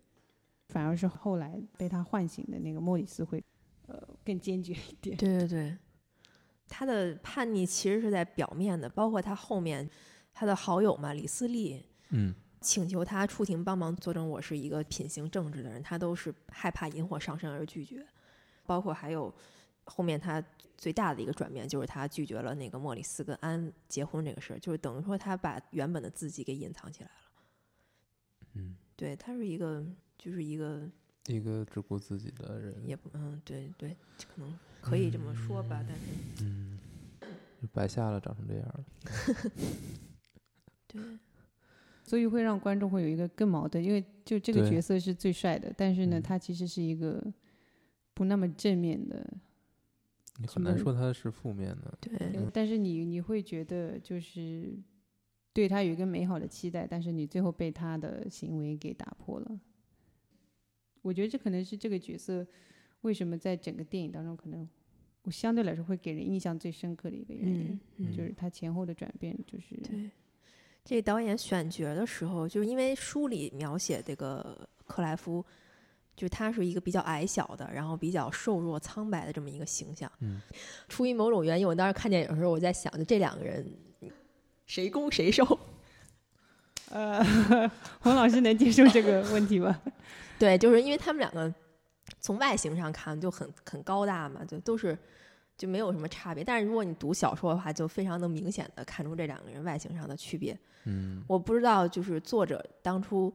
Speaker 3: 反而是后来被他唤醒的那个莫里斯会。呃，更坚决一点。
Speaker 2: 对对对，他的叛逆其实是在表面的，包括他后面他的好友嘛，李思利
Speaker 1: 嗯，
Speaker 2: 请求他出庭帮忙作证我是一个品行正直的人，他都是害怕引火上身而拒绝。包括还有后面他最大的一个转变，就是他拒绝了那个莫里斯跟安结婚这个事儿，就是等于说他把原本的自己给隐藏起来了。
Speaker 1: 嗯，
Speaker 2: 对，他是一个就是一个
Speaker 1: 一个只顾自己的人，
Speaker 2: 也不嗯，对对，可能可以这么说吧，但是
Speaker 1: 嗯，就白瞎了，长成这样了。
Speaker 2: 对
Speaker 3: 所以会让观众会有一个更矛盾，因为就这个
Speaker 1: 对
Speaker 3: 角色是最帅的，但是呢，
Speaker 1: 嗯
Speaker 3: 他其实是一个不那么正面的，
Speaker 1: 你
Speaker 3: 就
Speaker 1: 很难
Speaker 3: 是
Speaker 1: 说他是负面的，
Speaker 2: 对
Speaker 3: 但是你你会觉得就是对他有一个美好的期待，但是你最后被他的行为给打破了。我觉得这可能是这个角色为什么在整个电影当中，可能我相对来说会给人印象最深刻的一个原因
Speaker 2: 嗯，嗯
Speaker 3: 就是他前后的转变，就是
Speaker 2: 对，这导演选角的时候，就是因为书里描写这个克莱夫，就是他是一个比较矮小的，然后比较瘦弱苍白的这么一个形象。
Speaker 1: 嗯，
Speaker 2: 出于某种原因，我当时看电影的时候，我在想，就这两个人谁攻谁受？
Speaker 3: 呃， <laughs> 黄老师能接受这个问题吗？
Speaker 2: <laughs>
Speaker 3: <laughs>
Speaker 2: 对，就是因为他们两个从外形上看就很很高大嘛，就都是。就没有什么差别，但是如果你读小说的话，就非常能明显的看出这两个人外形上的区别。
Speaker 1: 嗯，
Speaker 2: 我不知道，就是作者当初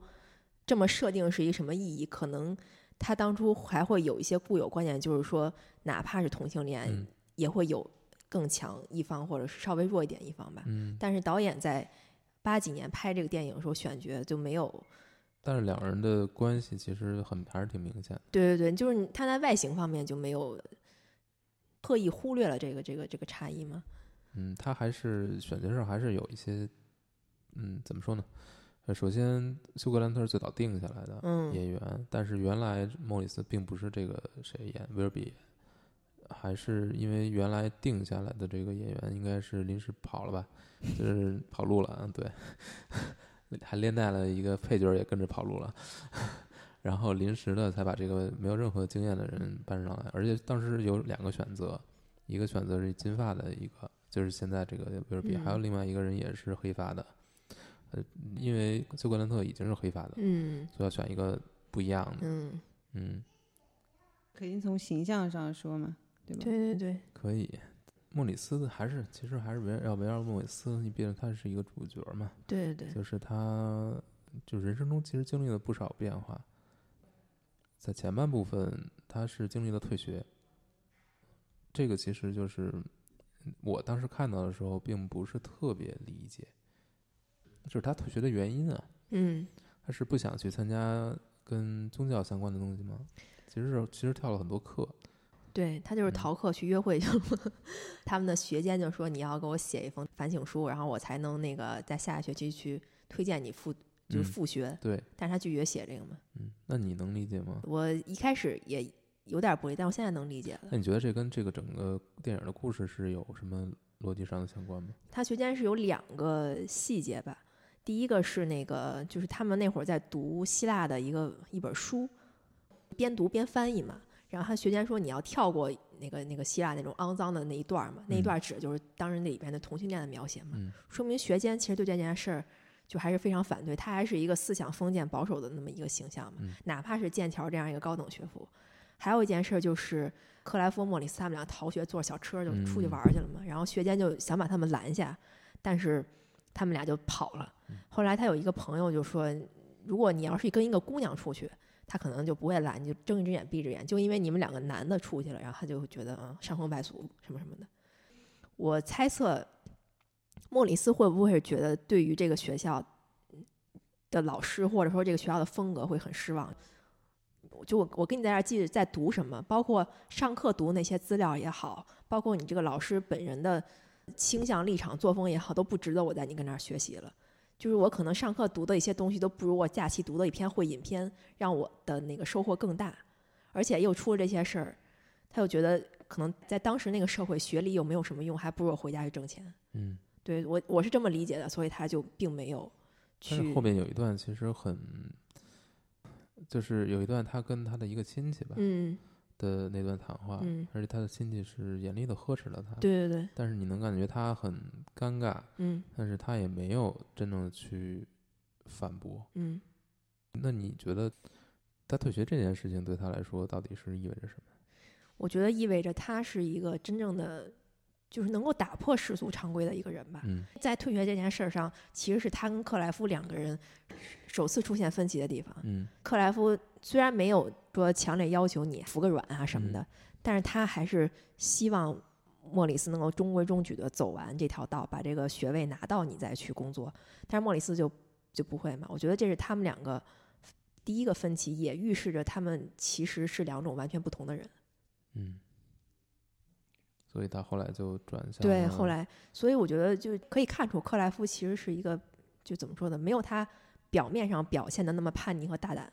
Speaker 2: 这么设定是一什么意义？可能他当初还会有一些固有观念，就是说，哪怕是同性恋，
Speaker 1: 嗯
Speaker 2: 也会有更强一方，或者是稍微弱一点一方吧。
Speaker 1: 嗯，
Speaker 2: 但是导演在八几年拍这个电影的时候选角就没有，
Speaker 1: 但是两人的关系其实很还是挺明显的，
Speaker 2: 对对对，就是你他在外形方面就没有刻意忽略了这个这个这个差异吗？
Speaker 1: 嗯，他还是选角上还是有一些，嗯，怎么说呢？呃，首先休格兰特是最早定下来的，
Speaker 2: 嗯
Speaker 1: 演员，但是原来莫里斯并不是这个谁演威尔比演，还是因为原来定下来的这个演员应该是临时跑了吧，就是跑路了，嗯，对， <laughs> 还连带了一个配角也跟着跑路了， <laughs> 然后临时的才把这个没有任何经验的人搬上来，而且当时有两个选择，一个选择是金发的一个，就是现在这个威尔比，还有
Speaker 2: 嗯
Speaker 1: 另外一个人也是黑发的。呃，因为休格兰特已经是黑发的了，
Speaker 2: 嗯
Speaker 1: 所以要选一个不一样的。
Speaker 2: 嗯，
Speaker 1: 嗯，
Speaker 3: 肯定从形象上说嘛，对吧？
Speaker 2: 嗯对对对，
Speaker 1: 可以。莫里斯还是其实还是围要围绕莫里斯，你毕竟他是一个主角嘛，
Speaker 2: 对对对，
Speaker 1: 就是他就人生中其实经历了不少变化。在前半部分，他是经历了退学，这个其实就是我当时看到的时候，并不是特别理解，就是他退学的原因啊，
Speaker 2: 嗯
Speaker 1: 他是不想去参加跟宗教相关的东西吗？其实是其实跳了很多课，
Speaker 2: 对他就是
Speaker 1: 嗯
Speaker 2: 逃课去约会去了， <laughs> 他们的学监就说你要给我写一封反省书，然后我才能那个在下个学期去推荐你复就是
Speaker 1: 嗯
Speaker 2: 复学，
Speaker 1: 对，
Speaker 2: 但是他拒绝写这个嘛。
Speaker 1: 嗯，那你能理解吗？
Speaker 2: 我一开始也有点不理解，但我现在能理解了。
Speaker 1: 那你觉得这跟这个整个电影的故事是有什么逻辑上的相关吗？
Speaker 2: 他学监是有两个细节吧，第一个是那个就是他们那会儿在读希腊的一个一本书，边读边翻译嘛。然后他学监说你要跳过那个那个希腊那种肮脏的那一段儿嘛，那一
Speaker 1: 嗯
Speaker 2: 段儿指的就是当时那里边的同性恋的描写嘛。
Speaker 1: 嗯
Speaker 2: 说明学监其实对这件事儿就还是非常反对，他还是一个思想封建保守的那么一个形象嘛。
Speaker 1: 嗯
Speaker 2: 哪怕是剑桥这样一个高等学府，还有一件事儿就是克莱夫、莫里斯他们俩逃学，坐着小车就出去
Speaker 1: 嗯
Speaker 2: 玩儿去了嘛。然后学监就想把他们拦下，但是他们俩就跑了。
Speaker 1: 嗯
Speaker 2: 后来他有一个朋友就说，如果你要是跟一个姑娘出去。他可能就不会拦，你就睁一只眼闭一只眼，就因为你们两个男的出去了，然后他就会觉得啊伤风败俗什么什么的。我猜测莫里斯会不会觉得对于这个学校的老师或者说这个学校的风格会很失望？我就我我跟你在这儿记着在读什么，包括上课读那些资料也好，包括你这个老师本人的倾向、立场、作风也好，都不值得我在你跟那儿学习了。就是我可能上课读的一些东西都不如我假期读的一篇会影片让我的那个收获更大，而且又出了这些事儿，他又觉得可能在当时那个社会学历又没有什么用，还不如我回家去挣钱。
Speaker 1: 嗯，
Speaker 2: 对我我是这么理解的，所以他就并没有
Speaker 1: 但是
Speaker 2: 去
Speaker 1: 后面有一段其实很，就是有一段他跟他的一个亲戚吧、
Speaker 2: 嗯，
Speaker 1: 的那段谈话，
Speaker 2: 嗯
Speaker 1: 而且他的亲戚是严厉的呵斥了他，
Speaker 2: 对对对，
Speaker 1: 但是你能感觉他很尴尬，
Speaker 2: 嗯
Speaker 1: 但是他也没有真正的去反驳。
Speaker 2: 嗯，
Speaker 1: 那你觉得他退学这件事情对他来说到底是意味着什么？
Speaker 2: 我觉得意味着他是一个真正的就是能够打破世俗常规的一个人吧。
Speaker 1: 嗯
Speaker 2: 在退学这件事儿上，其实是他跟克莱夫两个人首次出现分歧的地方。
Speaker 1: 嗯
Speaker 2: 克莱夫虽然没有说强烈要求你服个软啊什么的，
Speaker 1: 嗯
Speaker 2: 但是他还是希望莫里斯能够中规中矩的走完这条道，把这个学位拿到，你再去工作。但是莫里斯就就不会嘛，我觉得这是他们两个第一个分歧，也预示着他们其实是两种完全不同的人。
Speaker 1: 嗯，所以他后来就转向
Speaker 2: 对，
Speaker 1: 了
Speaker 2: 后来，所以我觉得就可以看出克莱夫其实是一个，就怎么说呢，没有他表面上表现的那么叛逆和大胆，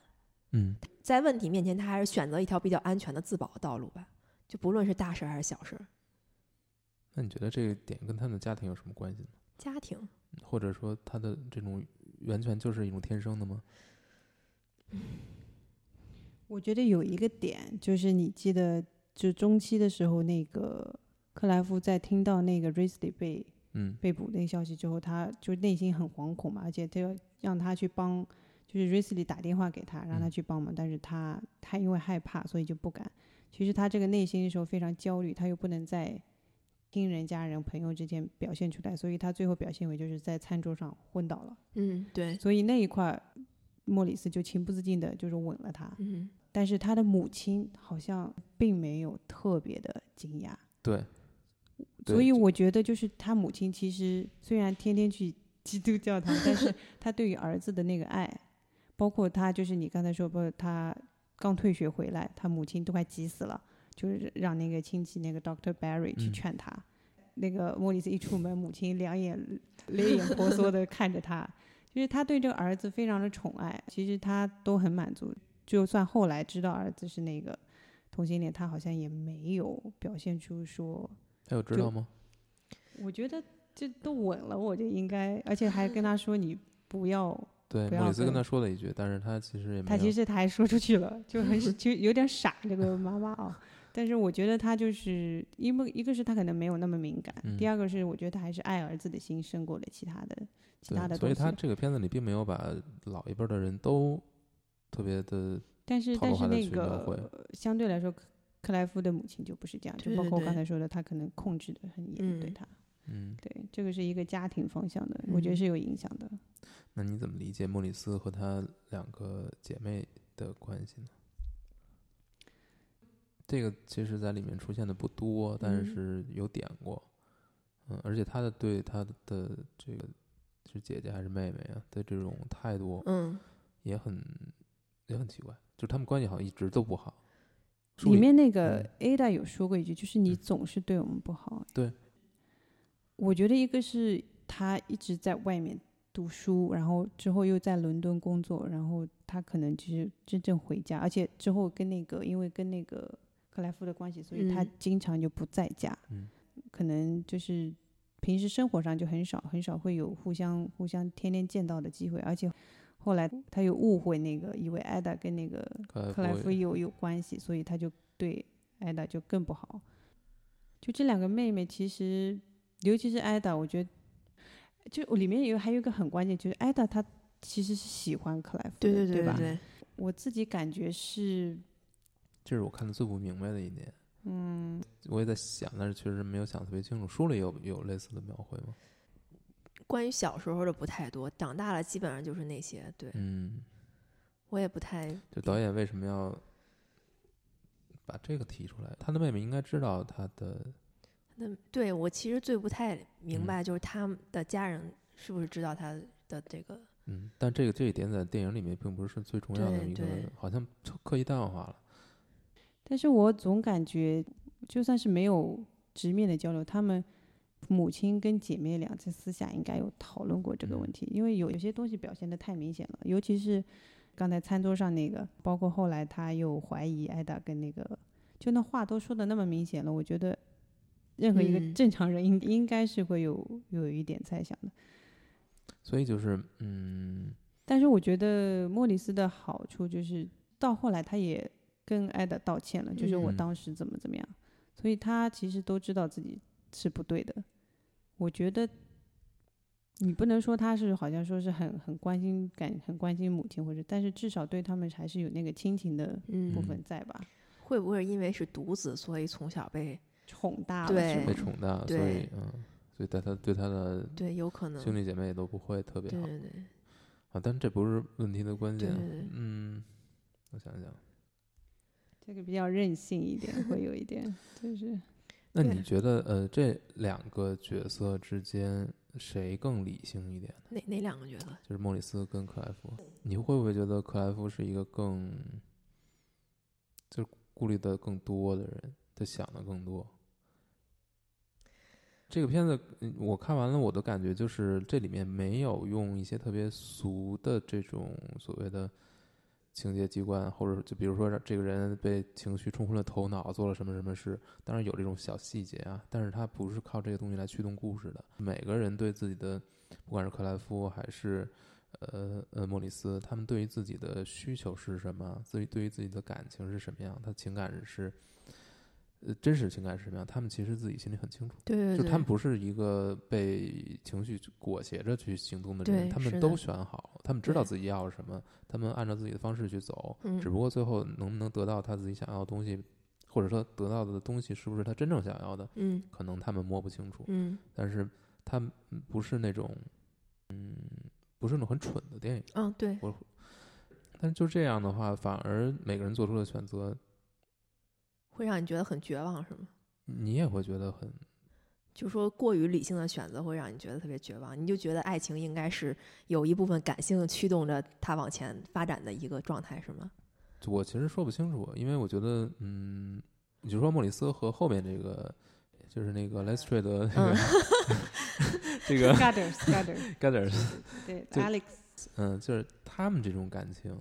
Speaker 1: 嗯
Speaker 2: 在问题面前，他还是选择一条比较安全的自保的道路吧。就不论是大事儿还是小事儿，
Speaker 1: 那你觉得这个点跟他们的家庭有什么关系呢？
Speaker 2: 家庭，
Speaker 1: 或者说他的这种完全就是一种天生的吗？
Speaker 3: 我觉得有一个点，就是你记得，就中期的时候，那个克莱夫在听到那个 Risley 被
Speaker 1: 嗯
Speaker 3: 被捕那个消息之后，他就内心很惶恐嘛，而且他要让他去帮，就是 Risley 打电话给他，让他
Speaker 1: 嗯
Speaker 3: 去帮忙，但是他他因为害怕，所以就不敢。其实他这个内心的时候非常焦虑，他又不能在亲人、家人、朋友之间表现出来，所以他最后表现为就是在餐桌上昏倒了。
Speaker 2: 嗯，对，
Speaker 3: 所以那一块儿，莫里斯就情不自禁的就是吻了他。
Speaker 2: 嗯，
Speaker 3: 但是他的母亲好像并没有特别的惊讶，
Speaker 1: 对，对
Speaker 3: 所以
Speaker 1: 就
Speaker 3: 我觉得就是他母亲其实虽然天天去 <laughs> 基督教堂，
Speaker 1: <laughs>
Speaker 3: 但是他对于儿子的那个爱，包括他就是你刚才说，包括他刚退学回来，他母亲都快急死了，就是让那个亲戚那个 Doctor Barry 去
Speaker 1: 嗯
Speaker 3: 劝他。那个莫里斯一出门，母亲两眼泪眼婆娑的看着他，就是他对这个儿子非常的宠爱，其实他都很满足。就算后来知道儿子是那个同性恋，他好像也没有表现出说
Speaker 1: 他有知
Speaker 3: 就
Speaker 1: 道吗？
Speaker 3: 我觉得这都稳了，我就应该，而且
Speaker 1: <laughs>
Speaker 3: 还跟他说你不要，
Speaker 1: 对，
Speaker 3: 不
Speaker 1: 莫里
Speaker 3: 要
Speaker 1: 斯跟
Speaker 3: 跟
Speaker 1: 他说了一句，但是他其实也没
Speaker 3: 他
Speaker 1: 有
Speaker 3: 其实他还说出去了，就
Speaker 1: <laughs>
Speaker 3: 很就有点傻这个妈妈啊。但是我觉得他就是因为一个是他可能没有那么敏感，第
Speaker 1: 嗯
Speaker 3: 二个是我觉得他还是爱儿子的心胜过了其他的其他
Speaker 1: 对，
Speaker 3: 的
Speaker 1: 所
Speaker 3: 东
Speaker 1: 以他
Speaker 3: 西。
Speaker 1: 这个片子里并没有把老一辈儿的人都特别的
Speaker 3: 但是
Speaker 1: 套
Speaker 3: 但
Speaker 1: 路
Speaker 3: 是
Speaker 1: 化地
Speaker 3: 那
Speaker 1: 去描绘
Speaker 3: 个呃相对来说，克克莱夫的母亲就不是这样，就
Speaker 2: 对
Speaker 3: 包
Speaker 2: 对
Speaker 3: 括我刚
Speaker 2: 对
Speaker 3: 才说的，他可能控制的很严对
Speaker 2: 嗯
Speaker 3: 他。
Speaker 1: 嗯。
Speaker 3: 对，这个是一个家庭方向的，我觉得
Speaker 2: 嗯
Speaker 3: 是有影响的。
Speaker 1: 那你怎么理解莫里斯和她两个姐妹的关系呢？这个其实在里面出现的不多，但
Speaker 2: 嗯
Speaker 1: 是有点过，嗯，而且她的对她的这个是姐姐还是妹妹啊的这种态度
Speaker 2: 嗯，
Speaker 1: 也很也很奇怪，就是他们关系好像一直都不好。书
Speaker 3: 里面那个
Speaker 1: 嗯
Speaker 3: Ada 有说过一句，就是你总是对我们不好。
Speaker 1: 对，
Speaker 3: 我觉得一个是他一直在外面读书，然后之后又在伦敦工作，然后他可能就是真正回家，而且之后跟那个因为跟那个克莱夫的关系，所以他
Speaker 2: 嗯
Speaker 3: 经常就不在家。
Speaker 1: 嗯，
Speaker 3: 可能就是平时生活上就很少很少会有互相互相天天见到的机会，而且后来他又误会那个以为 Ada 跟那个
Speaker 1: 克
Speaker 3: 克莱
Speaker 1: 夫
Speaker 3: 夫有有关系，所以他就对艾达就更不好。就这两个妹妹，其实尤其是艾达，我觉得就里面有还有一个很关键，就是艾达她其实是喜欢克莱夫的，
Speaker 2: 对对对
Speaker 3: 吧？
Speaker 2: 对，
Speaker 3: 我自己感觉是，
Speaker 1: 这是我看的最不明白的一点。嗯，我也在想，但是确实没有想特别清楚。书里有有类似的描绘吗？
Speaker 2: 关于小时候的不太多，长大了基本上就是那些。对
Speaker 1: 嗯，
Speaker 2: 我也不太，
Speaker 1: 就导演为什么要把这个提出来？他的妹妹应该知道他的，
Speaker 2: 那对我其实最不太明
Speaker 1: 嗯
Speaker 2: 白就是他们的家人是不是知道他的这个，
Speaker 1: 嗯，但这个这一点在电影里面并不是最重要的
Speaker 2: 对
Speaker 1: 一个
Speaker 2: 对，
Speaker 1: 好像就刻意淡化了。
Speaker 3: 但是我总感觉就算是没有直面的交流，她们。母亲跟姐妹俩在私下应该有讨论过这个
Speaker 1: 嗯
Speaker 3: 问题，因为有有些东西表现的太明显了，尤其是刚才餐桌上那个，包括后来他又怀疑艾达跟那个，就那话都说的那么明显了，我觉得任何一个
Speaker 2: 嗯
Speaker 3: 正常人应、应该是会有有一点猜想的。
Speaker 1: 所以就是，嗯，
Speaker 3: 但是我觉得莫里斯的好处就是到后来他也跟艾达道歉了，就是我
Speaker 1: 嗯
Speaker 3: 当时怎么怎么样，所以他其实都知道自己是不对的。我觉得。你不能说他是好像说是很很关心感很关心母亲或者，但是至少对他们还是有那个亲情的
Speaker 2: 嗯
Speaker 3: 部分在吧？
Speaker 2: 会不会因为是独子，所以从小被
Speaker 3: 宠大了，
Speaker 2: 对
Speaker 3: 是
Speaker 1: 被
Speaker 3: 吗
Speaker 1: 宠大，所
Speaker 2: 对
Speaker 1: 以嗯，所以对他对他的
Speaker 2: 对，有可能，
Speaker 1: 兄弟姐妹也都不会特别
Speaker 2: 对
Speaker 1: 好
Speaker 2: 对对
Speaker 1: 啊。但这不是问题的关
Speaker 2: 对
Speaker 1: 键
Speaker 2: 对对，
Speaker 1: 嗯，我想想，
Speaker 3: 这个比较任性一点，会有一点，就是
Speaker 1: 那
Speaker 2: 对
Speaker 1: 你觉得呃这两个角色之间谁更理性一点？
Speaker 2: 哪哪两个角色？
Speaker 1: 就是莫里斯跟克莱夫，你会不会觉得克莱夫是一个更，就是顾虑的更多的人，他想的更多？这个片子嗯我看完了，我的感觉就是这里面没有用一些特别俗的这种所谓的情节机关，或者就比如说让这个人被情绪冲昏了头脑，做了什么什么事，当然有这种小细节啊，但是它不是靠这个东西来驱动故事的。每个人对自己的，不管是克莱夫还是呃呃莫里斯，他们对于自己的需求是什么，自己对于自己的感情是什么样，他情感是呃真实情感是什么样，他们其实自己心里很清楚。
Speaker 2: 对对对，
Speaker 1: 就他们不是一个被情绪裹挟着去行动的人，
Speaker 2: 对
Speaker 1: 他
Speaker 2: 是
Speaker 1: 们
Speaker 2: 的
Speaker 1: 都选好了，他们知道
Speaker 2: 对
Speaker 1: 自己要什么，他们按照自己的方式去走，
Speaker 2: 嗯
Speaker 1: 只不过最后能不能得到他自己想要的东西，或者说得到的东西是不是他真正想要的，
Speaker 2: 嗯
Speaker 1: 可能他们摸不清楚。
Speaker 2: 嗯
Speaker 1: 但是他们不是那种，嗯，不是那种很蠢的电影。
Speaker 2: 嗯，对，
Speaker 1: 但是就这样的话，反而每个人做出的选择，
Speaker 2: 会让你觉得很绝望是吗？
Speaker 1: 你也会觉得很
Speaker 2: 就说过于理性的选择会让你觉得特别绝望，你就觉得爱情应该是有一部分感性驱动着它往前发展的一个状态，是吗？
Speaker 1: 就我其实说不清楚，因为我觉得，嗯，你就说莫里斯和后面这个，就是那个 Lestrade 的这个、
Speaker 2: 嗯
Speaker 1: <laughs> 这
Speaker 3: g u
Speaker 1: 个
Speaker 3: t t e r s g u t t e r s
Speaker 1: Gathers， <laughs>
Speaker 3: 对
Speaker 1: 就
Speaker 3: ，Alex
Speaker 1: 嗯，就是他们这种感情，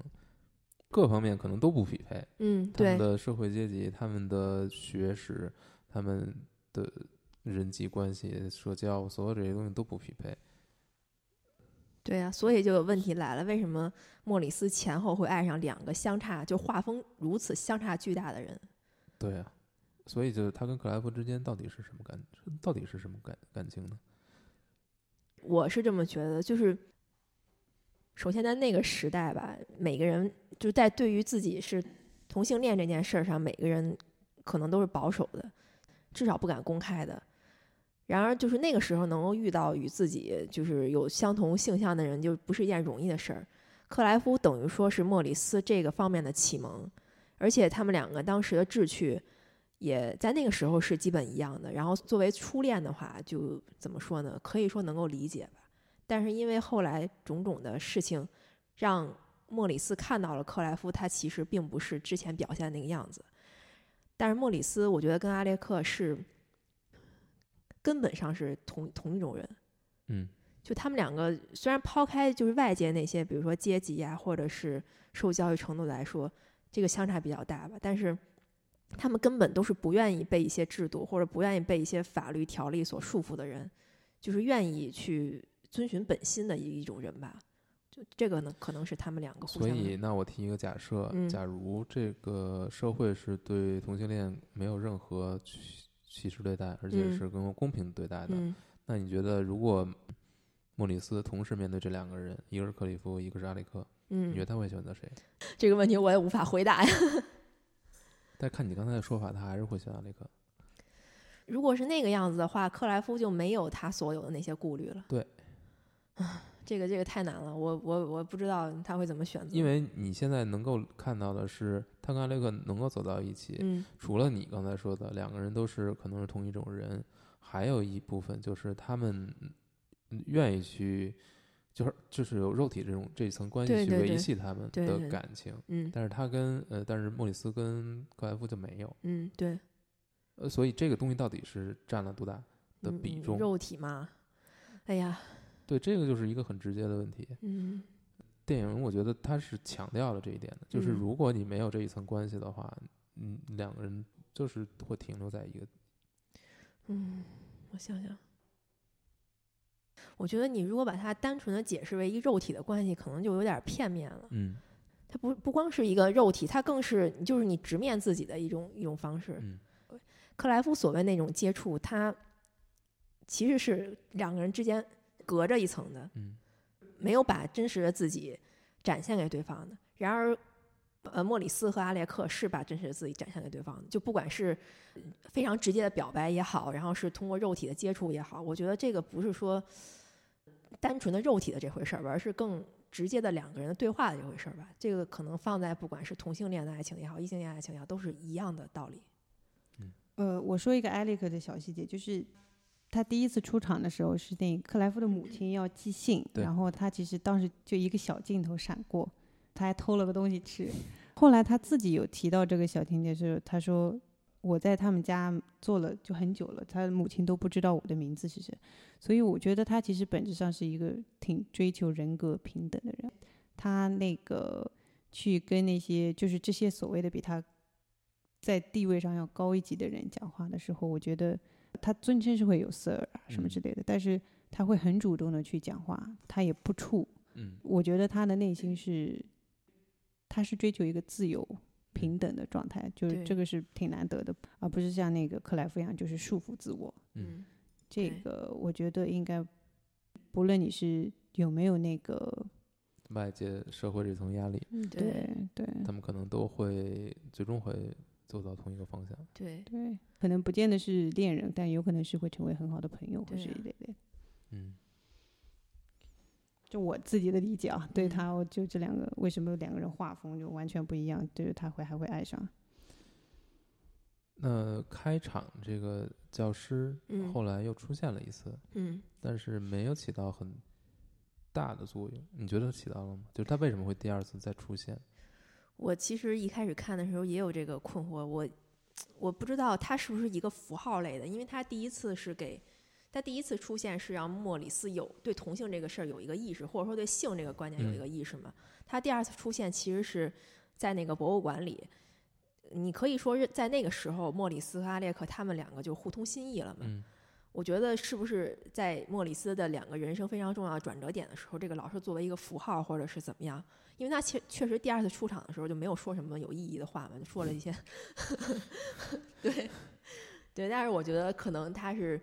Speaker 1: 各方面可能都不匹配，
Speaker 2: 嗯，
Speaker 1: 他们
Speaker 2: 对，
Speaker 1: 的社会阶级、他们的学识、他们的人际关系、社交，所有这些东西都不匹配。
Speaker 2: 对啊，所以就有问题来了，为什么莫里斯前后会爱上两个相差就画风如此相差巨大的人？
Speaker 1: 对啊，所以就是他跟克莱夫之间到底是什么感，到底是什么感感情呢？
Speaker 2: 我是这么觉得，就是首先在那个时代吧，每个人就在对于自己是同性恋这件事儿上，每个人可能都是保守的，至少不敢公开的。然而，就是那个时候能够遇到与自己就是有相同性向的人，就不是一件容易的事儿。克莱夫等于说是莫里斯这个方面的启蒙，而且他们两个当时的志趣也在那个时候是基本一样的。然后作为初恋的话，就怎么说呢？可以说能够理解吧。但是因为后来种种的事情，让莫里斯看到了克莱夫，他其实并不是之前表现的那个样子。但是莫里斯，我觉得跟阿列克是根本上是同同一种人。
Speaker 1: 嗯，
Speaker 2: 就他们两个虽然抛开就是外界那些，比如说阶级啊，或者是受教育程度来说，这个相差比较大吧，但是他们根本都是不愿意被一些制度或者不愿意被一些法律条例所束缚的人，就是愿意去遵循本心的一一种人吧。就这个呢，可能是他们两个互
Speaker 1: 所
Speaker 2: 相
Speaker 1: 以，
Speaker 2: 的。
Speaker 1: 那我提一个假设：
Speaker 2: 嗯
Speaker 1: 假如这个社会是对同性恋没有任何歧歧视对待，而且
Speaker 2: 嗯
Speaker 1: 是更公平对待的，
Speaker 2: 嗯，
Speaker 1: 那你觉得如果莫里斯同时面对这两个人，一个是克里夫，一个是阿里克，你觉得
Speaker 2: 嗯，
Speaker 1: 他会选择谁？
Speaker 2: 这个问题我也无法回答呀。
Speaker 1: 但看你刚才的说法，他还是会选阿里克。
Speaker 2: 嗯如果是那个样子的话，克莱夫就没有他所有的那些顾虑了。
Speaker 1: 对
Speaker 2: 唉， <sighs> 这个这个太难了，我我我不知道他会怎么选择。
Speaker 1: 因为你现在能够看到的是，他跟阿列克能够走到一起，
Speaker 2: 嗯
Speaker 1: 除了你刚才说的两个人都是可能是同一种人，还有一部分就是他们嗯愿意去，就是就是有肉体这种这一层关系
Speaker 2: 对
Speaker 1: 去
Speaker 2: 对
Speaker 1: 维
Speaker 2: 对
Speaker 1: 系他们
Speaker 2: 对
Speaker 1: 的
Speaker 2: 对
Speaker 1: 感情。
Speaker 2: 嗯
Speaker 1: 但是他跟呃，但是莫里斯跟克莱夫就没有，
Speaker 2: 嗯，对。
Speaker 1: 呃，所以这个东西到底是占了多大的
Speaker 2: 嗯
Speaker 1: 比
Speaker 2: 嗯
Speaker 1: 重？
Speaker 2: 肉体嘛，哎呀，
Speaker 1: 对，这个就是一个很直接的问题。
Speaker 2: 嗯，
Speaker 1: 电影我觉得它是强调了这一点的，就是
Speaker 2: 嗯
Speaker 1: 如果你没有这一层关系的话，嗯，两个人就是会停留在一个
Speaker 2: 嗯，我想想，我觉得你如果把它单纯的解释为一肉体的关系，可能就有点儿片面了。
Speaker 1: 嗯
Speaker 2: 它不不光是一个肉体，它更是就是你直面自己的一种一种方式。
Speaker 1: 嗯
Speaker 2: 克莱夫所谓那种接触，它其实是两个人之间隔着一层的，
Speaker 1: 嗯
Speaker 2: 没有把真实的自己展现给对方的。然而，呃，莫里斯和阿列克是把真实的自己展现给对方的，就不管是非常直接的表白也好，然后是通过肉体的接触也好，我觉得这个不是说单纯的肉体的这回事儿吧，而是更直接的两个人的对话的这回事儿吧。这个可能放在不管是同性恋的爱情也好，异性恋爱情也好，都是一样的道理。
Speaker 3: 呃，我说一个艾利克的小细节，就是他第一次出场的时候是那克莱夫的母亲要寄信，
Speaker 1: 对
Speaker 3: 然后他其实当时就一个小镜头闪过，他还偷了个东西吃。后来他自己有提到这个小情节，是他说我在他们家做了就很久了，他的母亲都不知道我的名字是谁，所以我觉得他其实本质上是一个挺追求人格平等的人。他那个去跟那些就是这些所谓的比他在地位上要高一级的人讲话的时候，我觉得他尊称是会有 sir 啊什么之类的，但是他会很主动的去讲话，他也不怵。
Speaker 1: 嗯
Speaker 3: 我觉得他的内心是，他是追求一个自由平等的状态，就
Speaker 2: 嗯
Speaker 3: 是
Speaker 2: 对
Speaker 3: 这个是挺难得的，而不是像那个克莱夫一样就是束缚自我。
Speaker 1: 嗯，
Speaker 3: 这
Speaker 2: 对
Speaker 3: 个我觉得应该，不论你是有没有那个，
Speaker 1: 外界社会这层压
Speaker 3: 嗯
Speaker 1: 力，
Speaker 3: 对对
Speaker 1: 他们可能都会最终会走到同一个方向。
Speaker 2: 对，
Speaker 3: 对，嗯可能不见得是恋人，但有可能是会成为很好的朋友或
Speaker 2: 对
Speaker 3: 是一
Speaker 2: 啊
Speaker 3: 类的。
Speaker 1: 嗯，
Speaker 3: 就我自己的理解啊，对
Speaker 2: 嗯
Speaker 3: 他，我就这两个为什么两个人画风就完全不一样，就是他会还会爱上。
Speaker 1: 那开场这个教师
Speaker 2: 嗯
Speaker 1: 后来又出现了一次，
Speaker 2: 嗯，
Speaker 1: 但是没有起到很大的作用。你觉得起到了吗？就是他为什么会第二次再出现？
Speaker 2: 我其实一开始看的时候也有这个困惑，我我不知道他是不是一个符号类的，因为他第一次是给他第一次出现是让莫里斯有对同性这个事儿有一个意识，或者说对性这个观念有
Speaker 1: 嗯
Speaker 2: 一个意识嘛。他第二次出现其实是在那个博物馆里，你可以说是在那个时候，莫里斯和阿列克他们两个就互通心意了嘛。
Speaker 1: 嗯
Speaker 2: 我觉得是不是在莫里斯的两个人生非常重要的转折点的时候，这个老师作为一个符号，或者是怎么样？因为他确确实第二次出场的时候就没有说什么有意义的话嘛，就说了一些， <laughs> 对对，但是我觉得可能他是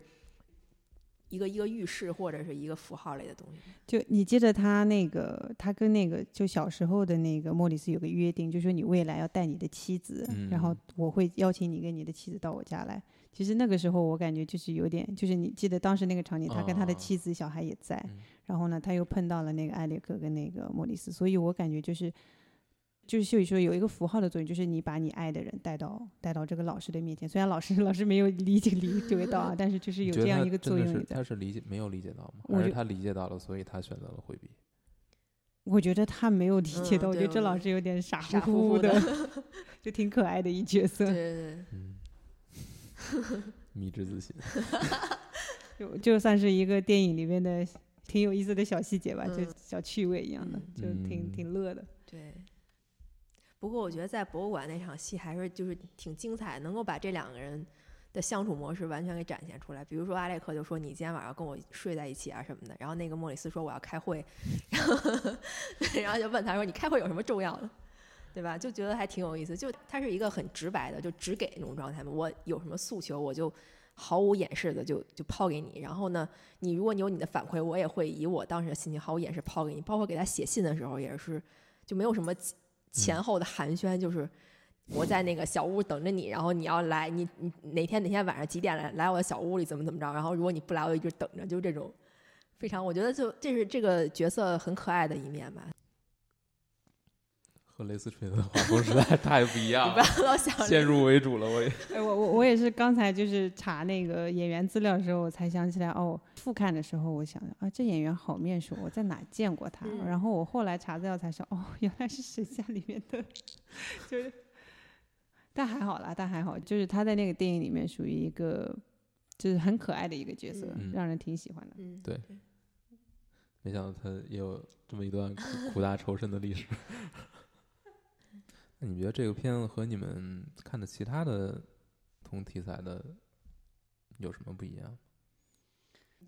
Speaker 2: 一个一个预示或者是一个符号类的东西。
Speaker 3: 就你记得他那个，他跟那个就小时候的那个莫里斯有个约定，就说你未来要带你的妻子，然后
Speaker 1: 嗯
Speaker 3: 我会邀请你跟你的妻子到我家来。其实那个时候我感觉就是有点，就是你记得当时那个场景，他跟他的
Speaker 1: 啊
Speaker 3: 妻子、小孩也在，
Speaker 1: 嗯
Speaker 3: 然后呢他又碰到了那个艾列克跟那个莫里斯，所以我感觉就是。就是秀宇说有一个符号的作用，就是你把你爱的人带到带到这个老师的面前。虽然老师 <laughs> 老师没有理解理解到啊，但是就是
Speaker 1: 你
Speaker 3: 有
Speaker 1: 觉
Speaker 3: 这
Speaker 1: 得
Speaker 3: 样
Speaker 1: 他
Speaker 3: 一个
Speaker 1: 真
Speaker 3: 作
Speaker 1: 的
Speaker 3: 用
Speaker 1: 是
Speaker 3: 也在
Speaker 1: 他。是理解没有理解到吗？
Speaker 3: 我
Speaker 1: 还是
Speaker 3: 觉
Speaker 1: 他理解到了，所以他选择了回避？
Speaker 3: 我觉得他没有理解
Speaker 2: 嗯
Speaker 3: 到，我
Speaker 2: 对
Speaker 3: 觉得这
Speaker 2: 我
Speaker 3: 老
Speaker 2: 觉
Speaker 3: 师有点傻
Speaker 2: 傻乎
Speaker 3: 乎
Speaker 2: 乎的
Speaker 3: <laughs> 就挺可爱的一角
Speaker 2: 对
Speaker 3: 色。
Speaker 2: 对对，
Speaker 1: 嗯，迷之自信。 <laughs>
Speaker 3: 就就算是一个电影里面的挺有意思的小细节吧，就
Speaker 2: 嗯
Speaker 3: 小趣味一样的，
Speaker 2: 嗯
Speaker 3: 就挺
Speaker 1: 嗯
Speaker 3: 挺乐的。
Speaker 2: 对。不过我觉得在博物馆那场戏还是就是挺精彩，能够把这两个人的相处模式完全给展现出来。比如说阿列克就说你今天晚上跟我睡在一起啊什么的，然后那个莫里斯说我要开会，然后然后就问他说你开会有什么重要的，对吧？就觉得还挺有意思，就他是一个很直白的，就只给那种状态嘛。我有什么诉求我就毫无掩饰的就就抛给你，然后呢，你如果你有你的反馈，我也会以我当时的心情毫无掩饰抛给你，包括给他写信的时候也是，就没有什么前前后的寒暄，就是我在那个小屋等着你，然后你要来，你你哪天哪天晚上几点来来我的小屋里怎么怎么着，然后如果你不来，我就一直等着，就这种非常，我觉得就这是这个角色很可爱的一面吧。
Speaker 1: 和雷斯垂的画风实在太不一样
Speaker 2: 你不
Speaker 3: <laughs>
Speaker 1: 了，
Speaker 2: 要老想着
Speaker 1: 先啊入为主了，我也。
Speaker 3: 哎，我我我也是刚才就是查那个演员资料的时候，我才想起来哦，复看的时候我想啊，这演员好面熟，我在哪见过他？
Speaker 2: 嗯
Speaker 3: 然后我后来查资料才说，哦，原来是《神仙》里面的， <laughs> 就是，但还好啦，但还好，就是他在那个电影里面属于一个就是很可爱的一个角色，
Speaker 1: 嗯
Speaker 3: 让人挺喜欢的。
Speaker 2: 嗯，
Speaker 1: 对没想到他也有这么一段苦苦大仇深的历史。 <laughs> 那你觉得这个片子和你们看的其他的同题材的有什么不一样？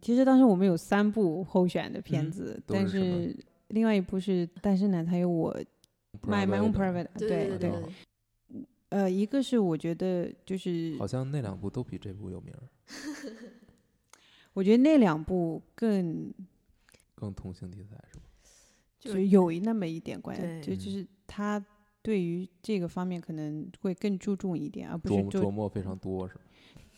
Speaker 3: 其实当时我们有三部候选的片
Speaker 1: 嗯
Speaker 3: 子，
Speaker 1: 都
Speaker 3: 但
Speaker 1: 是什么
Speaker 3: 是另外一部是《单身男才有我》，My My Own Private，
Speaker 2: 对对
Speaker 3: 对
Speaker 2: 对
Speaker 1: 对
Speaker 2: 对，
Speaker 3: 呃，一个是我觉得就是
Speaker 1: 好像那两部都比这部有名儿，
Speaker 3: 我觉得那两部更
Speaker 1: 更同性题材是吧？
Speaker 2: 就
Speaker 3: 就是有一那么一点关系，
Speaker 2: 对
Speaker 3: 就
Speaker 1: 嗯
Speaker 3: 就是他对于这个方面可能会更注重一点，而不是
Speaker 1: 琢
Speaker 3: 就
Speaker 1: 琢磨非常多是吧？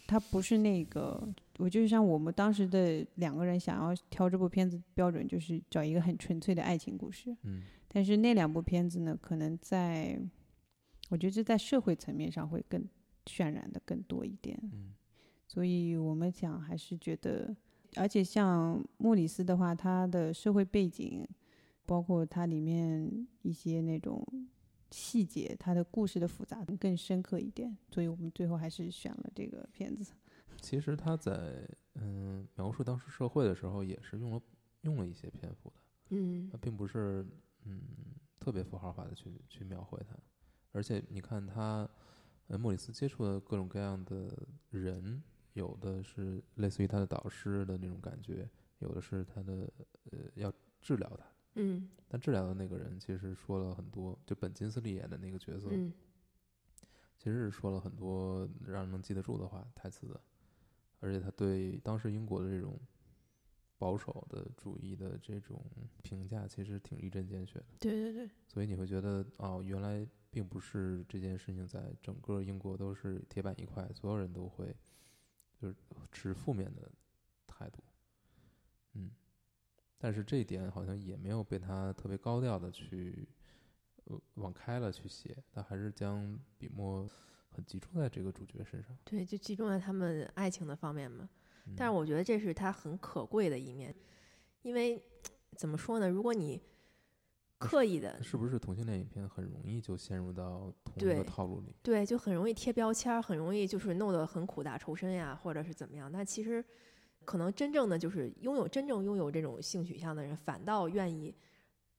Speaker 3: 它不是那个，我就是像我们当时的两个人想要挑这部片子标准，就是找一个很纯粹的爱情故事。
Speaker 1: 嗯
Speaker 3: 但是那两部片子呢，可能在我觉得这在社会层面上会更渲染的更多一点。
Speaker 1: 嗯
Speaker 3: 所以我们讲还是觉得，而且像莫里斯的话，他的社会背景，包括它里面一些那种细节，它的故事的复杂更深刻一点。所以我们最后还是选了这个片子。
Speaker 1: 其实他在嗯描述当时社会的时候，也是用了用了一些篇幅的，
Speaker 2: 嗯
Speaker 1: 他并不是嗯特别符号化的去去描绘它，而且你看他，呃，莫里斯接触的各种各样的人，有的是类似于他的导师的那种感觉，有的是他的呃要治疗他，
Speaker 2: 嗯
Speaker 1: 但治疗的那个人其实说了很多，就本金斯利演的那个角色，
Speaker 2: 嗯
Speaker 1: 其实是说了很多让人能记得住的话台词的，而且他对当时英国的这种保守的主义的这种评价，其实挺一针见血的。
Speaker 2: 对对对，
Speaker 1: 所以你会觉得，哦，原来并不是这件事情在整个英国都是铁板一块，所有人都会就是持负面的态度，嗯，但是这一点好像也没有被他特别高调的去呃往开了去写，他还是将笔墨很集中在这个主角身上。
Speaker 2: 对，就集中在他们爱情的方面嘛。
Speaker 1: 嗯、
Speaker 2: 但是我觉得这是他很可贵的一面，因为怎么说呢？如果你刻意的
Speaker 1: 是不是同性恋影片很容易就陷入到同一个
Speaker 2: 对
Speaker 1: 套路里？
Speaker 2: 对，就很容易贴标签儿，很容易就是弄得很苦大仇深呀，或者是怎么样。但其实，可能真正的就是拥有真正拥有这种性取向的人，反倒愿意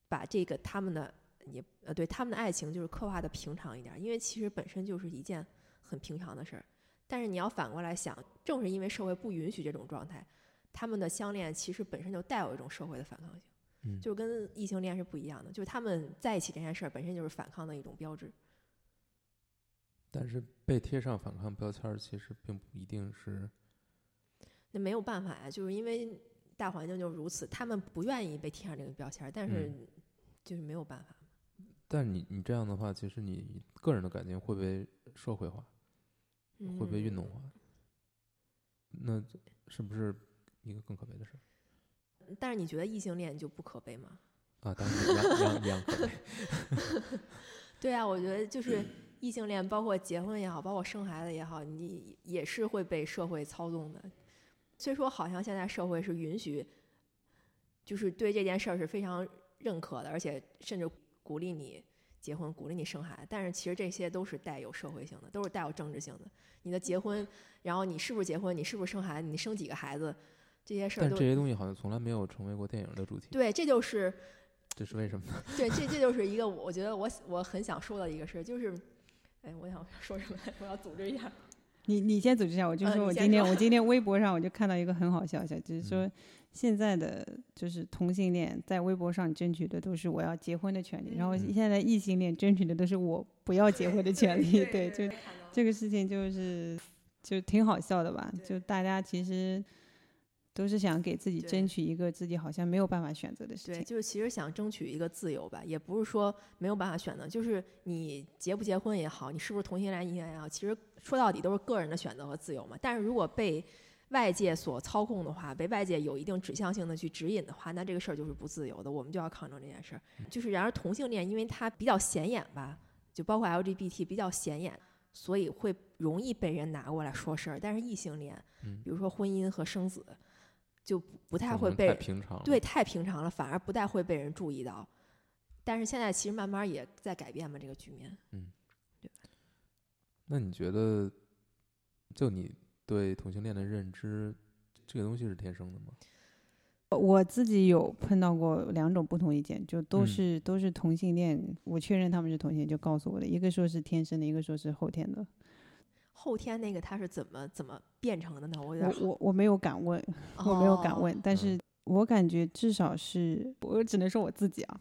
Speaker 2: 把这个他们的也呃对他们的爱情就是刻画的平常一点儿，因为其实本身就是一件很平常的事儿。但是你要反过来想，正是因为社会不允许这种状态，他们的相恋其实本身就带有一种社会的反抗性，
Speaker 1: 嗯
Speaker 2: 就跟异性恋是不一样的。就是他们在一起这件事儿本身就是反抗的一种标志。
Speaker 1: 但是被贴上反抗标签儿，其实并不一定是。
Speaker 2: 那没有办法呀、就是因为大环境就是如此，他们不愿意被贴上这个标签儿，但是
Speaker 1: 嗯
Speaker 2: 就是没有办法。
Speaker 1: 但你你这样的话，其实你个人的感情会被社会化，会被运动化，那是不是一个更可悲的事儿
Speaker 2: 嗯？但是你觉得异性恋就不可悲吗？
Speaker 1: 啊？当然一样一样一样可悲。
Speaker 2: 对啊，我觉得就是
Speaker 1: 嗯
Speaker 2: 异性恋，包括结婚也好，包括生孩子也好，你也是会被社会操纵的。虽说好像现在社会是允许，就是对这件事儿是非常认可的，而且甚至鼓励你结婚，鼓励你生孩子，但是其实这些都是带有社会性的，都是带有政治性的。你的结婚，然后你是不是结婚，你是不是生孩子，你生几个孩子，这些事儿
Speaker 1: 但
Speaker 2: 都
Speaker 1: 这些东西好像从来没有成为过电影的主题，
Speaker 2: 对，这就是
Speaker 1: 这是为什么呢？
Speaker 2: 对，这这就是一个我我觉得我我很想说的一个事儿，就是，哎，我想说什么 <laughs> 来？我要组织一下。
Speaker 3: 你你先组织一下，我就
Speaker 2: 呃
Speaker 3: 说
Speaker 2: 你
Speaker 3: 我
Speaker 2: 先
Speaker 3: 今天、
Speaker 2: 说
Speaker 3: 我今天微博上我就看到一个很好笑的消息，就是说
Speaker 1: 嗯
Speaker 3: 现在的就是同性恋在微博上争取的都是我要结婚的权利，然后
Speaker 1: 嗯
Speaker 3: 现在异性恋争取的都是我不要结婚的权利，对，就
Speaker 2: 看到了
Speaker 3: 这个事情就是就挺好笑的吧？就大家其实都是想给自己
Speaker 2: 对
Speaker 3: 争取一个自己好像没有办法选择的事
Speaker 2: 对，
Speaker 3: 情。
Speaker 2: 就是其实想争取一个自由吧，也不是说没有办法选择，就是你结不结婚也好，你是不是同性恋异性恋也好，其实说到底都是个人的选择和自由嘛。但是如果被外界所操控的话，被外界有一定指向性的去指引的话，那这个事儿就是不自由的，我们就要抗争这件事儿。
Speaker 1: 嗯
Speaker 2: 就是然而同性恋，因为它比较显眼吧，就包括 LGBT 比较显眼，所以会容易被人拿过来说事儿。但是异性恋，
Speaker 1: 嗯
Speaker 2: 比如说婚姻和生子，就不不太
Speaker 1: 可
Speaker 2: 会
Speaker 1: 能
Speaker 2: 被
Speaker 1: 太平常了。
Speaker 2: 对，太平常了，反而不太会被人注意到。但是现在其实慢慢也在改变嘛，这个局面。
Speaker 1: 那你觉得，就你对同性恋的认知，这个东西是天生的吗？
Speaker 3: 我自己有碰到过两种不同意见，就都
Speaker 1: 嗯
Speaker 3: 是、都是同性恋，我确认他们是同性恋，就告诉我的，一个说是天生的，一个说是后天的。
Speaker 2: 后天那个它是怎么怎么变成的呢？我有点
Speaker 3: 我我我没有敢
Speaker 2: <laughs>
Speaker 3: 问，我没有敢
Speaker 2: 哦
Speaker 3: 问，但
Speaker 1: 嗯
Speaker 3: 是我感觉至少是，我只能说我自己啊，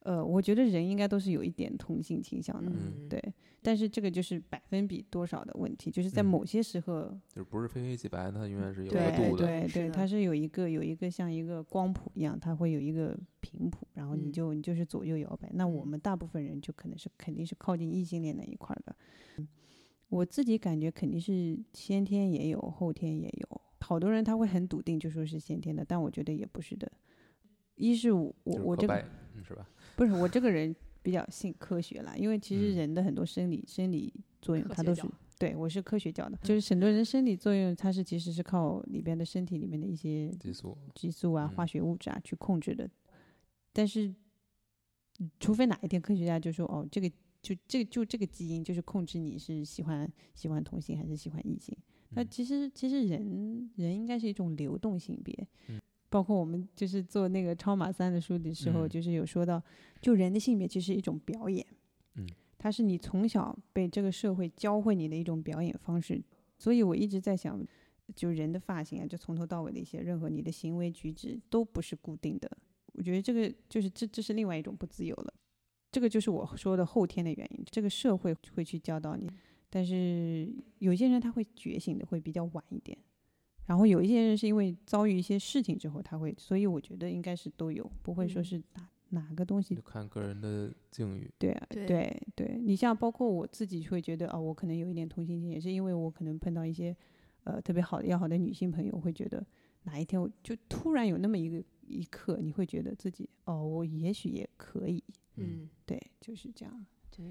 Speaker 3: 呃，我觉得人应该都是有一点同性倾向的，
Speaker 1: 嗯
Speaker 3: 对。但是这个就是百分比多少的问题，就是在
Speaker 1: 嗯
Speaker 3: 某些时候，
Speaker 1: 就是不是非黑即白，它永远是有个
Speaker 3: 对
Speaker 1: 度的。
Speaker 3: 对
Speaker 2: 是
Speaker 3: 对，
Speaker 2: 的
Speaker 3: 它是有一个有一个像一个光谱一样，它会有一个频谱，然后你
Speaker 2: 嗯
Speaker 3: 就、你就是左右摇摆。那我
Speaker 2: 嗯
Speaker 3: 们大部分人就可能是肯定是靠近异性恋那一块儿的。我自己感觉肯定是先天也有，后天也有。好多人他会很笃定就说是先天的，但我觉得也不是的。一是我
Speaker 1: 就
Speaker 3: 我
Speaker 1: 是
Speaker 3: 我
Speaker 1: 可
Speaker 3: 这
Speaker 1: 拜
Speaker 3: 个
Speaker 1: 嗯是吧？
Speaker 3: 不是我这个人比较信科学啦，因为其实
Speaker 1: 嗯
Speaker 3: 人的很多生理生理作用
Speaker 2: 科
Speaker 3: 它
Speaker 2: 学
Speaker 3: 都
Speaker 2: 角
Speaker 3: 是对我是科学教的，就是很多人生理作用它是其实是靠里边的身体里面的一些
Speaker 1: 激素，
Speaker 3: 激素啊、
Speaker 1: 嗯
Speaker 3: 化学物质啊去控制的，但是嗯除非哪一天科学家就说哦这个。就这个就这个基因就是控制你是喜欢喜欢同性还是喜欢异性。那
Speaker 1: 嗯
Speaker 3: 其实其实人人应该是一种流动性别，
Speaker 1: 嗯
Speaker 3: 包括我们就是做那个超马三的书的时
Speaker 1: 嗯
Speaker 3: 候，就是有说到，就人的性别其实是一种表演，
Speaker 1: 嗯，
Speaker 3: 它是你从小被这个社会教会你的一种表演方式，所以我一直在想，就人的发型啊，就从头到尾的一些任何你的行为举止都不是固定的，我觉得这个就是这这是另外一种不自由了。这个就是我说的后天的原因，这个社会会去教导你。但是有些人他会觉醒的会比较晚一点，然后有一些人是因为遭遇一些事情之后他会，所以我觉得应该是都有，不会说
Speaker 2: 嗯
Speaker 3: 是哪、哪个东西
Speaker 1: 就看个人的境遇。
Speaker 3: 对啊，
Speaker 2: 对
Speaker 3: 对对，你像包括我自己会觉得啊、我可能有一点同情心，也是因为我可能碰到一些呃特别好的要好的女性朋友，会觉得哪一天我就突然有那么一个一刻，你会觉得自己哦，我也许也可以，
Speaker 2: 嗯，
Speaker 3: 对，就是这样。
Speaker 2: 对，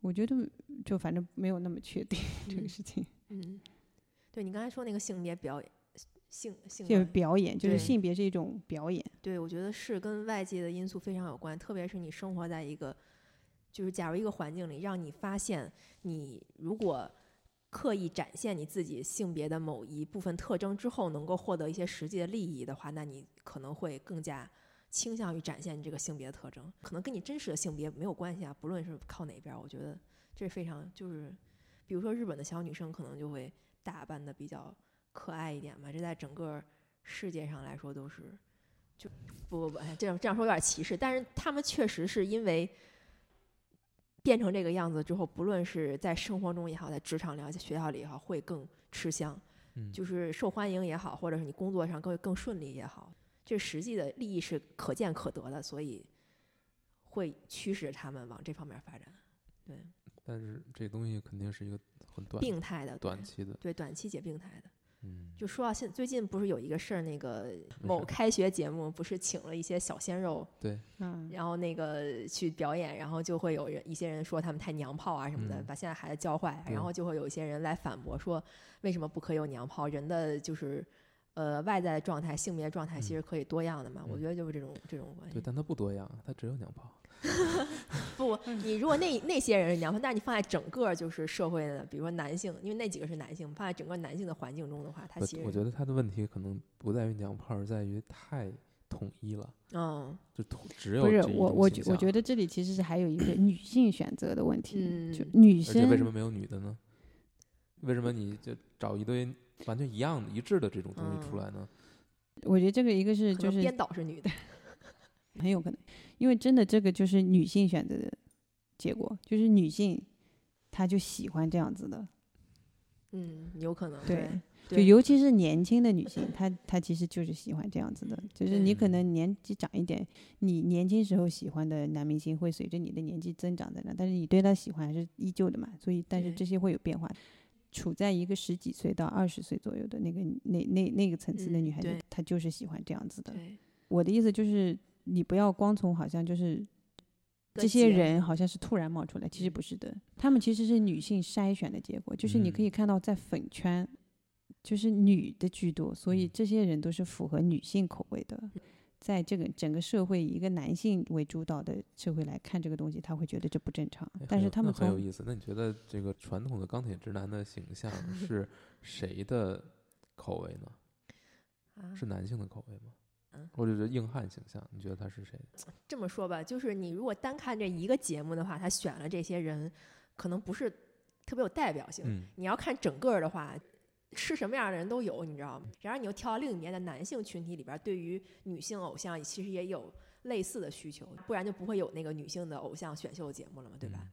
Speaker 3: 我觉得就反正没有那么确定、这个
Speaker 2: 嗯
Speaker 3: 事情，
Speaker 2: 嗯，对你刚才说那个性别表演，性性
Speaker 3: 就是
Speaker 2: 乱
Speaker 3: 表演，就是
Speaker 2: 对
Speaker 3: 性别是一种表演，
Speaker 2: 对，我觉得是跟外界的因素非常有关，特别是你生活在一个，就是假如一个环境里，让你发现你如果刻意展现你自己性别的某一部分特征之后，能够获得一些实际的利益的话，那你可能会更加倾向于展现你这个性别的特征，可能跟你真实的性别没有关系啊，不论是靠哪边儿，我觉得这非常就是，比如说日本的小女生可能就会打扮的比较可爱一点嘛，这在整个世界上来说都是。不不不，哎这样这样说有点歧视，但是他们确实是因为变成这个样子之后，不论是在生活中也好，在职场里也好，在学校里也好，会更吃香，
Speaker 1: 嗯，
Speaker 2: 就是受欢迎也好，或者是你工作上更更顺利也好，这实际的利益是可见可得的，所以会驱使他们往这方面发展。对，
Speaker 1: 但是这东西肯定是一个很短
Speaker 2: 病态的
Speaker 1: 短期的，
Speaker 2: 对短期解病态的。
Speaker 1: 嗯，
Speaker 2: 就说到现最近不是有一个事儿，那个某
Speaker 1: 事
Speaker 2: 开学节目不是请了一些小鲜肉
Speaker 1: 对，
Speaker 3: 嗯，
Speaker 2: 然后那个去表演，然后就会有人一些人说他们太娘炮啊什么的，
Speaker 1: 嗯
Speaker 2: 把现在孩子教坏，
Speaker 1: 对
Speaker 2: 然后就会有一些人来反驳说为什么不可以有娘炮？人的就是呃外在的状态、性别状态
Speaker 1: 嗯
Speaker 2: 其实可以多样的嘛。我
Speaker 1: 嗯
Speaker 2: 觉得就是这种这种关
Speaker 1: 对，
Speaker 2: 系。
Speaker 1: 但它不多样，它只有娘炮。
Speaker 2: 不，
Speaker 3: 嗯
Speaker 2: 你如果那那些人是娘炮，但是你放在整个就是社会的，比如说男性，因为那几个是男性，放在整个男性的环境中的话，他
Speaker 1: 我
Speaker 2: 其实
Speaker 1: 我觉得他的问题可能不在于娘炮，而在于太统一了，
Speaker 2: 嗯
Speaker 1: 就统只有
Speaker 3: 不是
Speaker 1: 这一
Speaker 3: 我
Speaker 1: 种
Speaker 3: 我
Speaker 1: 倾
Speaker 3: 觉我
Speaker 1: 向
Speaker 3: 觉得这里其实是还有一个女性选择的问题，就
Speaker 2: 嗯
Speaker 3: 女
Speaker 1: 而且
Speaker 3: 生
Speaker 1: 为什么没有女的呢？为什么你就找一堆完全一样的、一致的这种东西出
Speaker 2: 嗯
Speaker 1: 来呢？
Speaker 3: 我觉得这个一个是
Speaker 2: 可
Speaker 3: 就
Speaker 2: 能
Speaker 3: 是
Speaker 2: 编导是女的，
Speaker 3: 很有可能，因为真的这个就是女性选择的结果，就是女性她就喜欢这样子的，
Speaker 2: 嗯，有可能
Speaker 3: 对，就
Speaker 2: 对
Speaker 3: 尤其是年轻的女性，她她其实就是喜欢这样子的，就是你可
Speaker 1: 嗯
Speaker 3: 能年纪长一点，你年轻时候喜欢的男明星会随着你的年纪增长在那，但是你对他喜欢还是依旧的嘛，所以但是
Speaker 2: 对
Speaker 3: 这些会有变化。处在一个十几岁到二十岁左右的那个那那那个层次的
Speaker 2: 嗯
Speaker 3: 女孩子，
Speaker 2: 对
Speaker 3: 她就是喜欢这样子的。
Speaker 2: 对
Speaker 3: 我的意思就是，你不要光从好像就是这
Speaker 2: 个
Speaker 3: 些
Speaker 2: 节
Speaker 3: 人好像是突然冒出来，其实
Speaker 2: 嗯
Speaker 3: 不是的，他们其实是女性筛选的结果，就是你可
Speaker 1: 嗯
Speaker 3: 以看到在粉圈，就是女的居多，所以
Speaker 1: 嗯
Speaker 3: 这些人都是符合女性口味
Speaker 2: 嗯
Speaker 3: 的。在这个整个社会以一个男性为主导的社会来看这个东西，他会觉得这不正常
Speaker 1: 哎，很
Speaker 3: 但是
Speaker 1: 有
Speaker 3: 他
Speaker 1: 那
Speaker 3: 们
Speaker 1: 很有
Speaker 3: 从
Speaker 1: 意思。那你觉得这个传统的钢铁直男的形
Speaker 2: <laughs>
Speaker 1: 象是谁的口味呢？
Speaker 2: 啊
Speaker 1: 是男性的口味吗？
Speaker 2: 嗯
Speaker 1: 或者是硬汉形象？你觉得他是谁？
Speaker 2: 这么说吧，就是你如果单看这一个节目的话，他选了这些人，可能不是特别有代表性。
Speaker 1: 嗯，
Speaker 2: 你要看整个儿的话，是什么样的人都有，你知道吗？然后你又跳到另一面的男性群体里边儿，对于女性偶像其实也有类似的需求，不然就不会有那个女性的偶像选秀节目了嘛，对吧？
Speaker 3: 嗯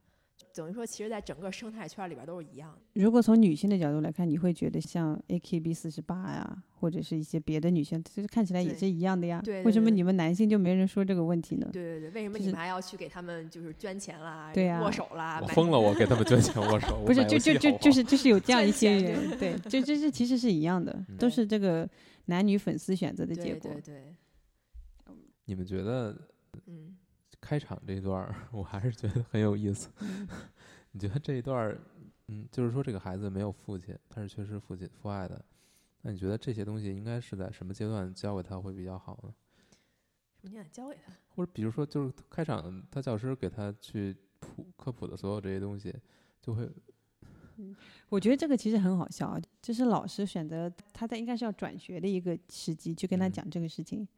Speaker 2: 等于说，其实，在整个生态圈里边都是一样的。
Speaker 3: 如果从女性的角度来看，你会觉得像 AKB 四十八呀，或者是一些别的女性，就是看起来也
Speaker 2: 对
Speaker 3: 是一样的呀。
Speaker 2: 对对
Speaker 3: 为什么
Speaker 2: 对
Speaker 3: 你们男性就没人说这个问题呢？
Speaker 2: 对对对，为什么
Speaker 3: 就
Speaker 2: 你
Speaker 3: 是
Speaker 2: 们还要去给他们就是捐钱啦、
Speaker 3: 对啊
Speaker 2: 握手啦？
Speaker 1: 我
Speaker 2: 买
Speaker 1: 疯了，我给他们捐钱握手，我
Speaker 3: 不是，
Speaker 1: 买
Speaker 3: 就
Speaker 1: 游
Speaker 3: 就
Speaker 1: 戏
Speaker 3: 就
Speaker 1: 好不
Speaker 3: 就
Speaker 1: 好
Speaker 3: 是就是有这样一些
Speaker 2: 赚钱
Speaker 3: 人，对，就这是其实是一样的，
Speaker 1: 嗯
Speaker 3: 都
Speaker 2: 对
Speaker 3: 是这个男女粉丝选择的结
Speaker 2: 对
Speaker 3: 果
Speaker 2: 对。对，
Speaker 1: 你们觉得
Speaker 2: 嗯，
Speaker 1: 开场这一段儿，我还是觉得很有意思。
Speaker 3: 嗯
Speaker 1: <laughs> 你觉得这一段儿，嗯，就是说这个孩子没有父亲，他是缺失父亲父爱的。那你觉得这些东西应该是在什么阶段教给他会比较好呢？
Speaker 2: 什么你想教给他？
Speaker 1: 或者比如说，就是开场他教师给他去普科普的所有这些东西，就会
Speaker 3: 我觉得这个其实很好笑啊，就是老师选择他在应该是要转学的一个时机去跟他
Speaker 1: 嗯
Speaker 3: 讲这个事情，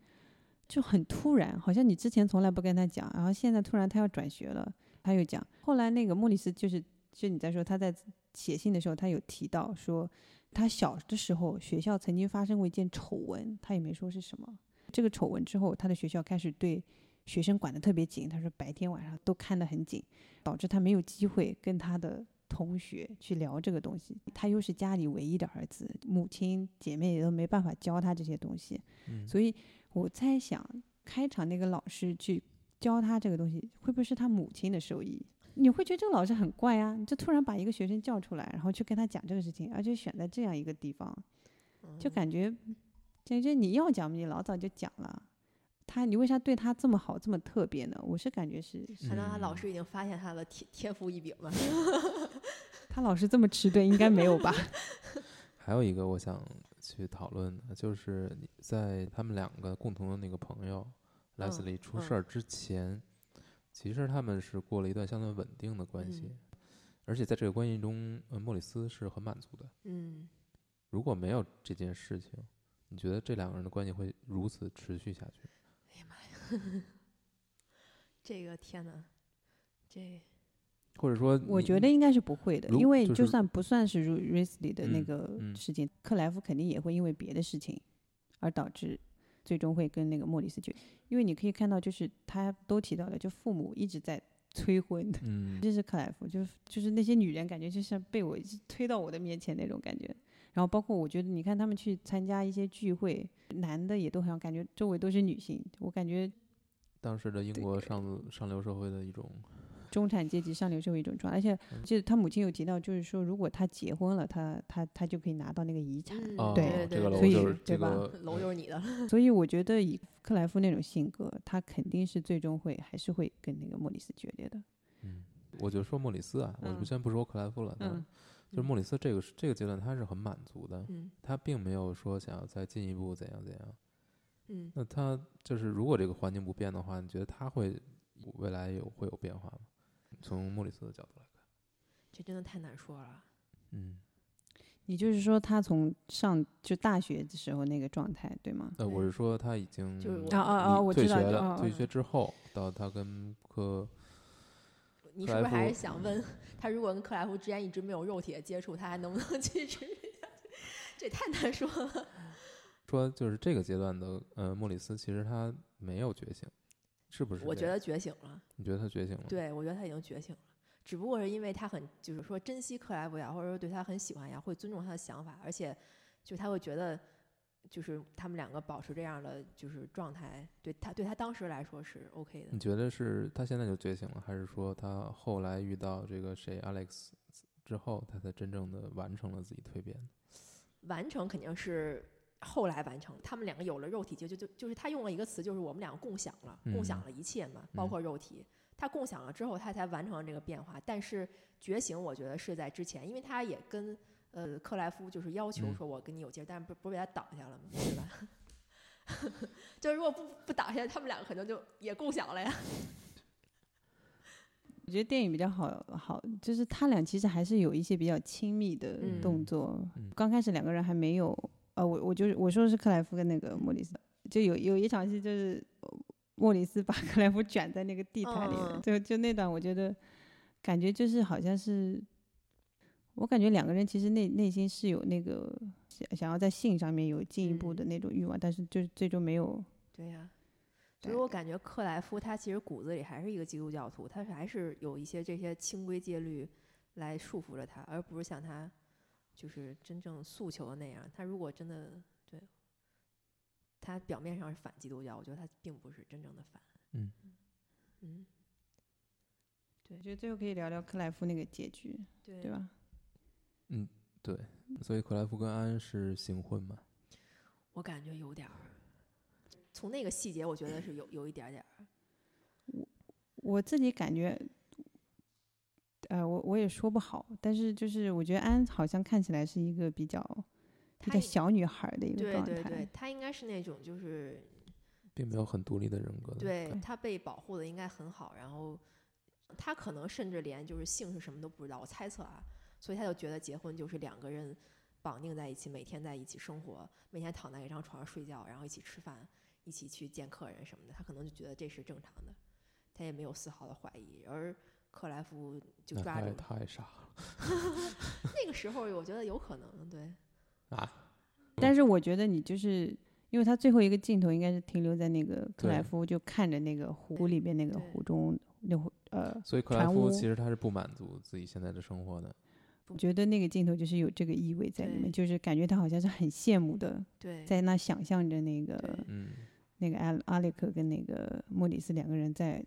Speaker 3: 就很突然，好像你之前从来不跟他讲，然后现在突然他要转学了，他又讲。后来那个莫里斯就是就你在说他在写信的时候，他有提到说他小的时候学校曾经发生过一件丑闻，他也没说是什么。这个丑闻之后，他的学校开始对学生管得特别紧，他说白天晚上都看得很紧，导致他没有机会跟他的同学去聊这个东西。他又是家里唯一的儿子，母亲姐妹也都没办法教他这些东西，
Speaker 1: 嗯
Speaker 3: 所以我在想，开场那个老师去教他这个东西，会不会是他母亲的受益？你会觉得这个老师很怪啊！你就突然把一个学生叫出来，然后去跟他讲这个事情，而且选在这样一个地方，就
Speaker 2: 嗯
Speaker 3: 感觉，感觉你要讲你老早就讲了，他你为啥对他这么好这么特别呢？我是感觉是
Speaker 2: 难道他老
Speaker 1: 嗯
Speaker 2: 师已经发现他的天天赋异禀
Speaker 1: <laughs>
Speaker 2: 了？
Speaker 3: 他老是这么迟钝，应该没有吧？
Speaker 1: 还有一个我想去讨论的，就是你在他们两个共同的那个朋友莱斯
Speaker 2: 嗯
Speaker 1: 利出
Speaker 2: 嗯
Speaker 1: 事儿之前，其实他们是过了一段相对稳定的关系，
Speaker 2: 嗯
Speaker 1: 而且在这个关系中，呃，莫里斯是很满足的。
Speaker 2: 嗯， <laughs>
Speaker 1: 如果没有这件事情，你觉得这两个人的关系会如此持续下去？
Speaker 2: 这个天哪，这
Speaker 1: 或者说你，
Speaker 3: 我觉得应该是不会的，
Speaker 1: 嗯如
Speaker 3: 因为
Speaker 1: 就
Speaker 3: 就是算不算是 Risley 的那
Speaker 1: 嗯
Speaker 3: 个
Speaker 1: 嗯
Speaker 3: 事情，克莱夫肯定也会因为别的事情而导致最终会跟那个莫里斯决。因为你可以看到，就是他都提到了，就父母一直在催婚，
Speaker 1: 嗯，
Speaker 3: 这是克莱夫，就是就是那些女人，感觉就像被我推到我的面前那种感觉。然后包括我觉得，你看他们去参加一些聚会，男的也都很感觉周围都是女性，我感觉
Speaker 1: 当时的英
Speaker 3: 对
Speaker 1: 国上上流社会的一种，
Speaker 3: 中产阶级上流社会一种状态。而且
Speaker 1: 嗯
Speaker 3: 就是他母亲有提到，就是说如果他结婚了，他他他就可以拿到那个遗产。
Speaker 2: 嗯
Speaker 1: 哦，
Speaker 2: 对
Speaker 1: 这个楼
Speaker 3: 所以
Speaker 1: 就是这
Speaker 3: 对吧
Speaker 1: 个
Speaker 2: 楼就是你的了。
Speaker 3: 所以我觉得以克莱夫那种性格，他肯定是最终会还是会跟那个莫里斯决裂的。
Speaker 1: 嗯，我就说莫里斯啊，我
Speaker 3: 嗯
Speaker 1: 不先不说克莱夫了，
Speaker 3: 嗯，
Speaker 1: 就是
Speaker 3: 嗯
Speaker 1: 莫里斯这个这个阶段他是很满足的，
Speaker 2: 嗯
Speaker 1: 他并没有说想要再进一步怎样怎样。
Speaker 2: 嗯，
Speaker 1: 那他就是如果这个环境不变的话，你觉得他会未来有会有变化吗？从莫里斯的角度来看，
Speaker 2: 这真的太难说了。
Speaker 1: 嗯，
Speaker 3: 你就是说他从上就大学的时候那个状态，对吗？
Speaker 1: 那呃我是说他已经
Speaker 2: 就是我
Speaker 1: 离
Speaker 2: 啊
Speaker 3: 啊啊我
Speaker 1: 退
Speaker 3: 知
Speaker 1: 学
Speaker 3: 道
Speaker 1: 了，
Speaker 3: 哦哦
Speaker 1: 退学之后到他跟科，
Speaker 2: 你
Speaker 1: 克
Speaker 2: 是不
Speaker 1: 莱
Speaker 2: 是
Speaker 1: 夫
Speaker 2: 还是想问他，如果跟克莱夫之间一直没有肉体的接触，他还能不 <laughs> 能继续？这也太难说了。
Speaker 1: 说就是这个阶段的呃莫里斯其实他没有觉醒，是不是这样？
Speaker 2: 我觉得觉醒了，
Speaker 1: 你觉得他觉醒了？
Speaker 2: 对我觉得他已经觉醒了，只不过是因为他很就是说珍惜克莱夫呀，或者说对他很喜欢呀，会尊重他的想法，而且就他会觉得。就是他们两个保持这样的就是状态，对他对他当时来说是 OK 的
Speaker 1: 你。觉得是他现在就觉醒了，还是说他后来遇到这个谁 Alex 之后，他才真正的完成了自己蜕变？
Speaker 2: 完成肯定是后来完成，他们两个有了肉体接触，就就就是他用了一个词，就是我们两个共享了，
Speaker 1: 嗯
Speaker 2: 共享了一切嘛，包括肉体。他共享了之后，他才完成了这个变化。但是觉醒，我觉得是在之前，因为他也跟呃克莱夫就是要求
Speaker 1: 嗯
Speaker 2: 说，我跟你有接触，但是不不是被他挡下了嘛，对吧？ <laughs> 就是如果不不挡下，他们两个可能就也共享了呀。
Speaker 3: 我觉得电影比较好好，就是他俩其实还是有一些比较亲密的
Speaker 2: 嗯
Speaker 3: 动作。
Speaker 1: 嗯
Speaker 3: 刚开始两个人还没有，呃，我我就是我说的是克莱夫跟那个莫里斯，就有有一场戏就是呃莫里斯把克莱夫卷在那个地毯里面，
Speaker 2: 嗯嗯嗯
Speaker 3: 就就那段我觉得感觉就是好像是，我感觉两个人其实内内心是有那个想想要在性上面有进一步
Speaker 2: 嗯
Speaker 3: 的那种欲望，但是就是最终没有。
Speaker 2: 对呀、所以我感觉克莱夫他其实骨子里还是一个基督教徒，他还是有一些这些清规戒律来束缚着他，而不是像他就是真正诉求的那样。他如果真的对，他表面上是反基督教，我觉得他并不是真正的反。
Speaker 1: 嗯
Speaker 2: 嗯，对
Speaker 3: 我觉得最后可以聊聊克莱夫那个结局，
Speaker 2: 对
Speaker 3: 对？吧？
Speaker 1: 对，
Speaker 2: 嗯
Speaker 1: 所以克莱夫跟安是行婚嘛？
Speaker 2: 我感觉有点儿，从那个细节我觉得是有有一点点儿。
Speaker 3: 我自己感觉，呃，我我也说不好，但是就是我觉得安好像看起来是一个比较比
Speaker 2: 他
Speaker 3: 较
Speaker 2: 也
Speaker 3: 小女孩儿的一个
Speaker 2: 对
Speaker 3: 状态，
Speaker 2: 对对，他应该是那种就是
Speaker 1: 并没有很独立的人格的。
Speaker 2: 对
Speaker 3: 对
Speaker 2: 他被保护的应该很好，然后他可能甚至连就是姓是什么都不知道，我猜测啊，所以他就觉得结婚就是两个人绑定在一起，每天在一起生活，每天躺在一张床上睡觉，然后一起吃饭，一起去见客人什么的，他可能就觉得这是正常的，他也没有丝毫的怀疑，而。克莱夫就
Speaker 1: 那
Speaker 2: 抓住
Speaker 1: 太
Speaker 2: 了，
Speaker 1: 太傻了
Speaker 2: 那个时候我觉得有可能，对，
Speaker 1: 啊！
Speaker 3: 但是我觉得你就是因为他最后一个镜头应该是停留在那个克莱
Speaker 1: 对
Speaker 3: 夫就看着那个湖里边那个
Speaker 2: 对
Speaker 3: 湖中那湖呃，
Speaker 1: 所以克莱
Speaker 3: 船
Speaker 1: 夫
Speaker 3: 屋
Speaker 1: 其实他是不满足自己现在的生活的，
Speaker 3: 我觉得那个镜头就是有这个意味在里面，
Speaker 2: 对
Speaker 3: 就是感觉他好像是很羡慕的，
Speaker 2: 对，
Speaker 3: 在那想象着那
Speaker 2: 对
Speaker 3: 个
Speaker 1: 嗯，
Speaker 3: 那个阿阿列克跟那个莫里斯两个人在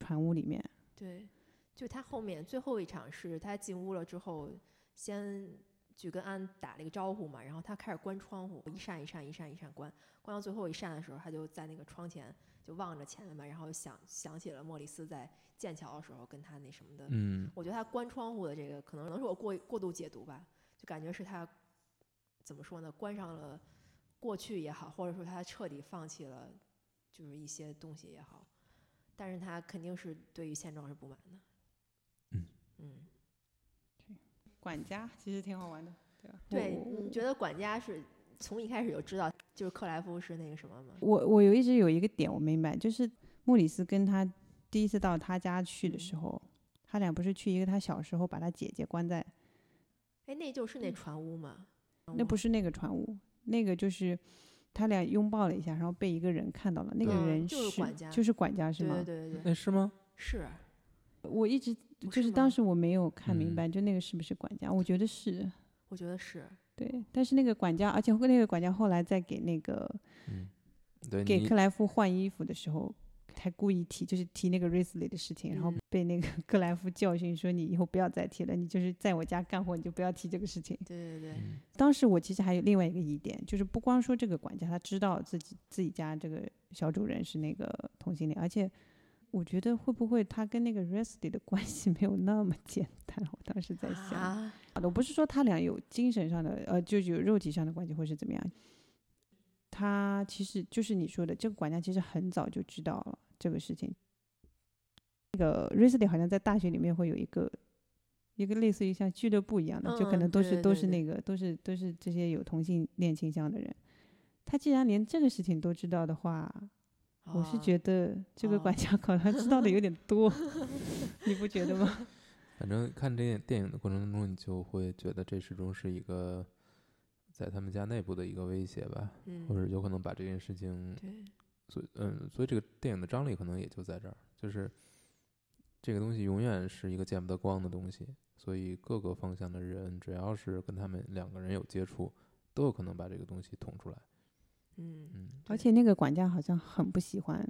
Speaker 3: 船屋里面，
Speaker 2: 对，就他后面最后一场是他进屋了之后，先就跟安打了一个招呼嘛，然后他开始关窗户，一扇一扇一扇一扇关，关到最后一扇的时候，他就在那个窗前就望着前面嘛，然后想想起了莫里斯在剑桥的时候跟他那什么的，
Speaker 1: 嗯，
Speaker 2: 我觉得他关窗户的这个可能能是我过过度解读吧，就感觉是他怎么说呢，关上了过去也好，或者说他彻底放弃了就是一些东西也好，但是他肯定是对于现状是不满的。
Speaker 1: 嗯
Speaker 2: 嗯，
Speaker 3: 管家其实挺好玩的，对吧？
Speaker 2: 对，
Speaker 3: 我
Speaker 2: 你觉得管家是从一开始就知道就是克莱夫是那个什么吗？
Speaker 3: 我我有一直有一个点我明白，就是莫里斯跟他第一次到他家去的时候，他俩不是去一个他小时候把他姐姐关在，
Speaker 2: 哎，那就是那船屋吗？
Speaker 3: 嗯那不
Speaker 2: 是
Speaker 3: 是那个船屋，那个就是他俩拥抱了一下，然后被一个人看到了，那个
Speaker 2: 嗯
Speaker 3: 人
Speaker 2: 就是管家
Speaker 3: 就是管家是
Speaker 2: 对
Speaker 3: 吗？
Speaker 2: 对对对对，
Speaker 1: 那是吗？
Speaker 2: 是
Speaker 3: 我一直
Speaker 2: 不
Speaker 3: 就是是
Speaker 2: 吗
Speaker 3: 当时我没有
Speaker 1: 嗯
Speaker 3: 看明白，就那个是不是管家？我觉得是
Speaker 2: 我觉得是，
Speaker 3: 对，但是那个管家，而且那个管家后来在给那个
Speaker 1: 嗯，对
Speaker 3: 给
Speaker 1: 你
Speaker 3: 克莱夫换衣服的时候，还故意提，就是提那个瑞斯里的事情，然后
Speaker 2: 嗯
Speaker 3: 被那个 <laughs> 克莱夫教训说：“你以后不要再提了，你就是在我家干活，你就不要提这个事情。
Speaker 2: 对对对，
Speaker 1: 嗯”
Speaker 3: 当时我其实还有另外一个疑点，就是不光说这个管家他知道自己自己家这个小主人是那个同性恋，而且我觉得会不会他跟那个瑞斯里的关系没有那么简单？我当时在想，
Speaker 2: 啊，
Speaker 3: 我不是说他俩有精神上的，呃，就是有肉体上的关系，或是怎么样。他其实就是你说的，这个管家其实很早就知道了这个事情。那个瑞斯里好像在大学里面会有一个一个类似于像俱乐部一样的，就可
Speaker 2: 嗯
Speaker 3: 能都
Speaker 2: 对
Speaker 3: 是
Speaker 2: 对
Speaker 3: 都
Speaker 2: 对
Speaker 3: 是
Speaker 2: 对
Speaker 3: 那个都是都是这些有同性恋倾向的人。他既然连这个事情都知道的话，我是
Speaker 2: 啊
Speaker 3: 觉得这个管
Speaker 2: 哦
Speaker 3: 家 <laughs> 可能知道的有点
Speaker 2: <laughs>
Speaker 3: 多，你不觉得吗？
Speaker 1: 反正看这电影的过程当中，你就会觉得这始终是一个在他们家内部的一个威胁吧，或
Speaker 2: 嗯，
Speaker 1: 者有可能把这件事情，
Speaker 2: 对。
Speaker 1: 所以嗯，所以这个电影的张力可能也就在这儿，就是这个东西永远是一个见不得光的东西，所以各个方向的人只要是跟他们两个人有接触，都有可能把这个东西捅出来。
Speaker 2: 嗯，
Speaker 1: 嗯，
Speaker 3: 而且那个管家好像很不喜欢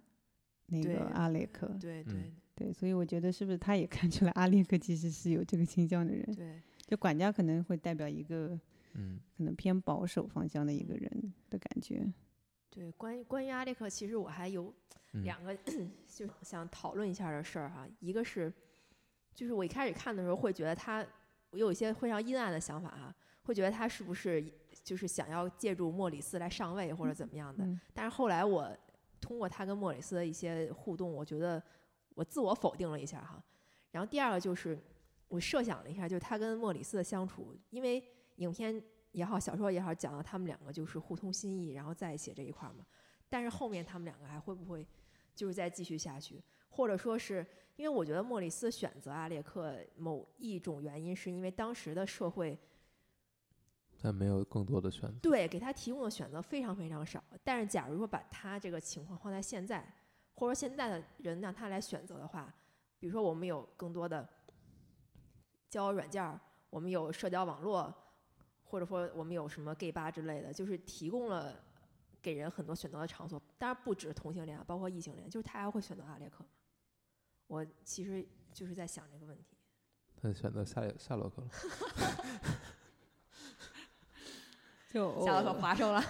Speaker 3: 那
Speaker 2: 对
Speaker 3: 个阿列克，
Speaker 2: 对对
Speaker 1: 嗯
Speaker 3: 对，所以我觉得是不是他也看出来阿列克其实是有这个倾向的人？
Speaker 2: 对，
Speaker 3: 就管家可能会代表一个
Speaker 1: 嗯，
Speaker 3: 可能偏保守方向的一
Speaker 2: 嗯
Speaker 3: 个人的感觉。
Speaker 2: 对，关于关于阿列克，其实我还有
Speaker 1: 嗯
Speaker 2: 两个就想讨论一下的事儿哈。一个是，就是我一开始看的时候会觉得他，我有一些非常阴暗的想法哈，会觉得他是不是就是想要借助莫里斯来上位或者怎么样的。
Speaker 3: 嗯，
Speaker 2: 但是后来我通过他跟莫里斯的一些互动，我觉得我自我否定了一下哈。然后第二个就是我设想了一下，就是他跟莫里斯的相处，因为影片也好，小说也好，讲到他们两个就是互通心意，然后在一起这一块儿嘛。但是后面他们两个还会不会就是再继续下去，或者说是因为我觉得莫里斯选择阿列克某一种原因，是因为当时的社会
Speaker 1: 但没有更多的选择。
Speaker 2: 对，给他提供的选择非常非常少。但是，假如说把他这个情况放在现在，或者说现在的人让他来选择的话，比如说我们有更多的交友软件儿，我们有社交网络，或者说我们有什么 gay 吧之类的，就是提供了给人很多选择的场所。当然不止同性恋啊，包括异性恋，就是他还会选择阿列克。我其实就是在想这个问题。
Speaker 1: 他选择夏夏洛克了。哦
Speaker 3: 就
Speaker 2: 夏洛克划手了，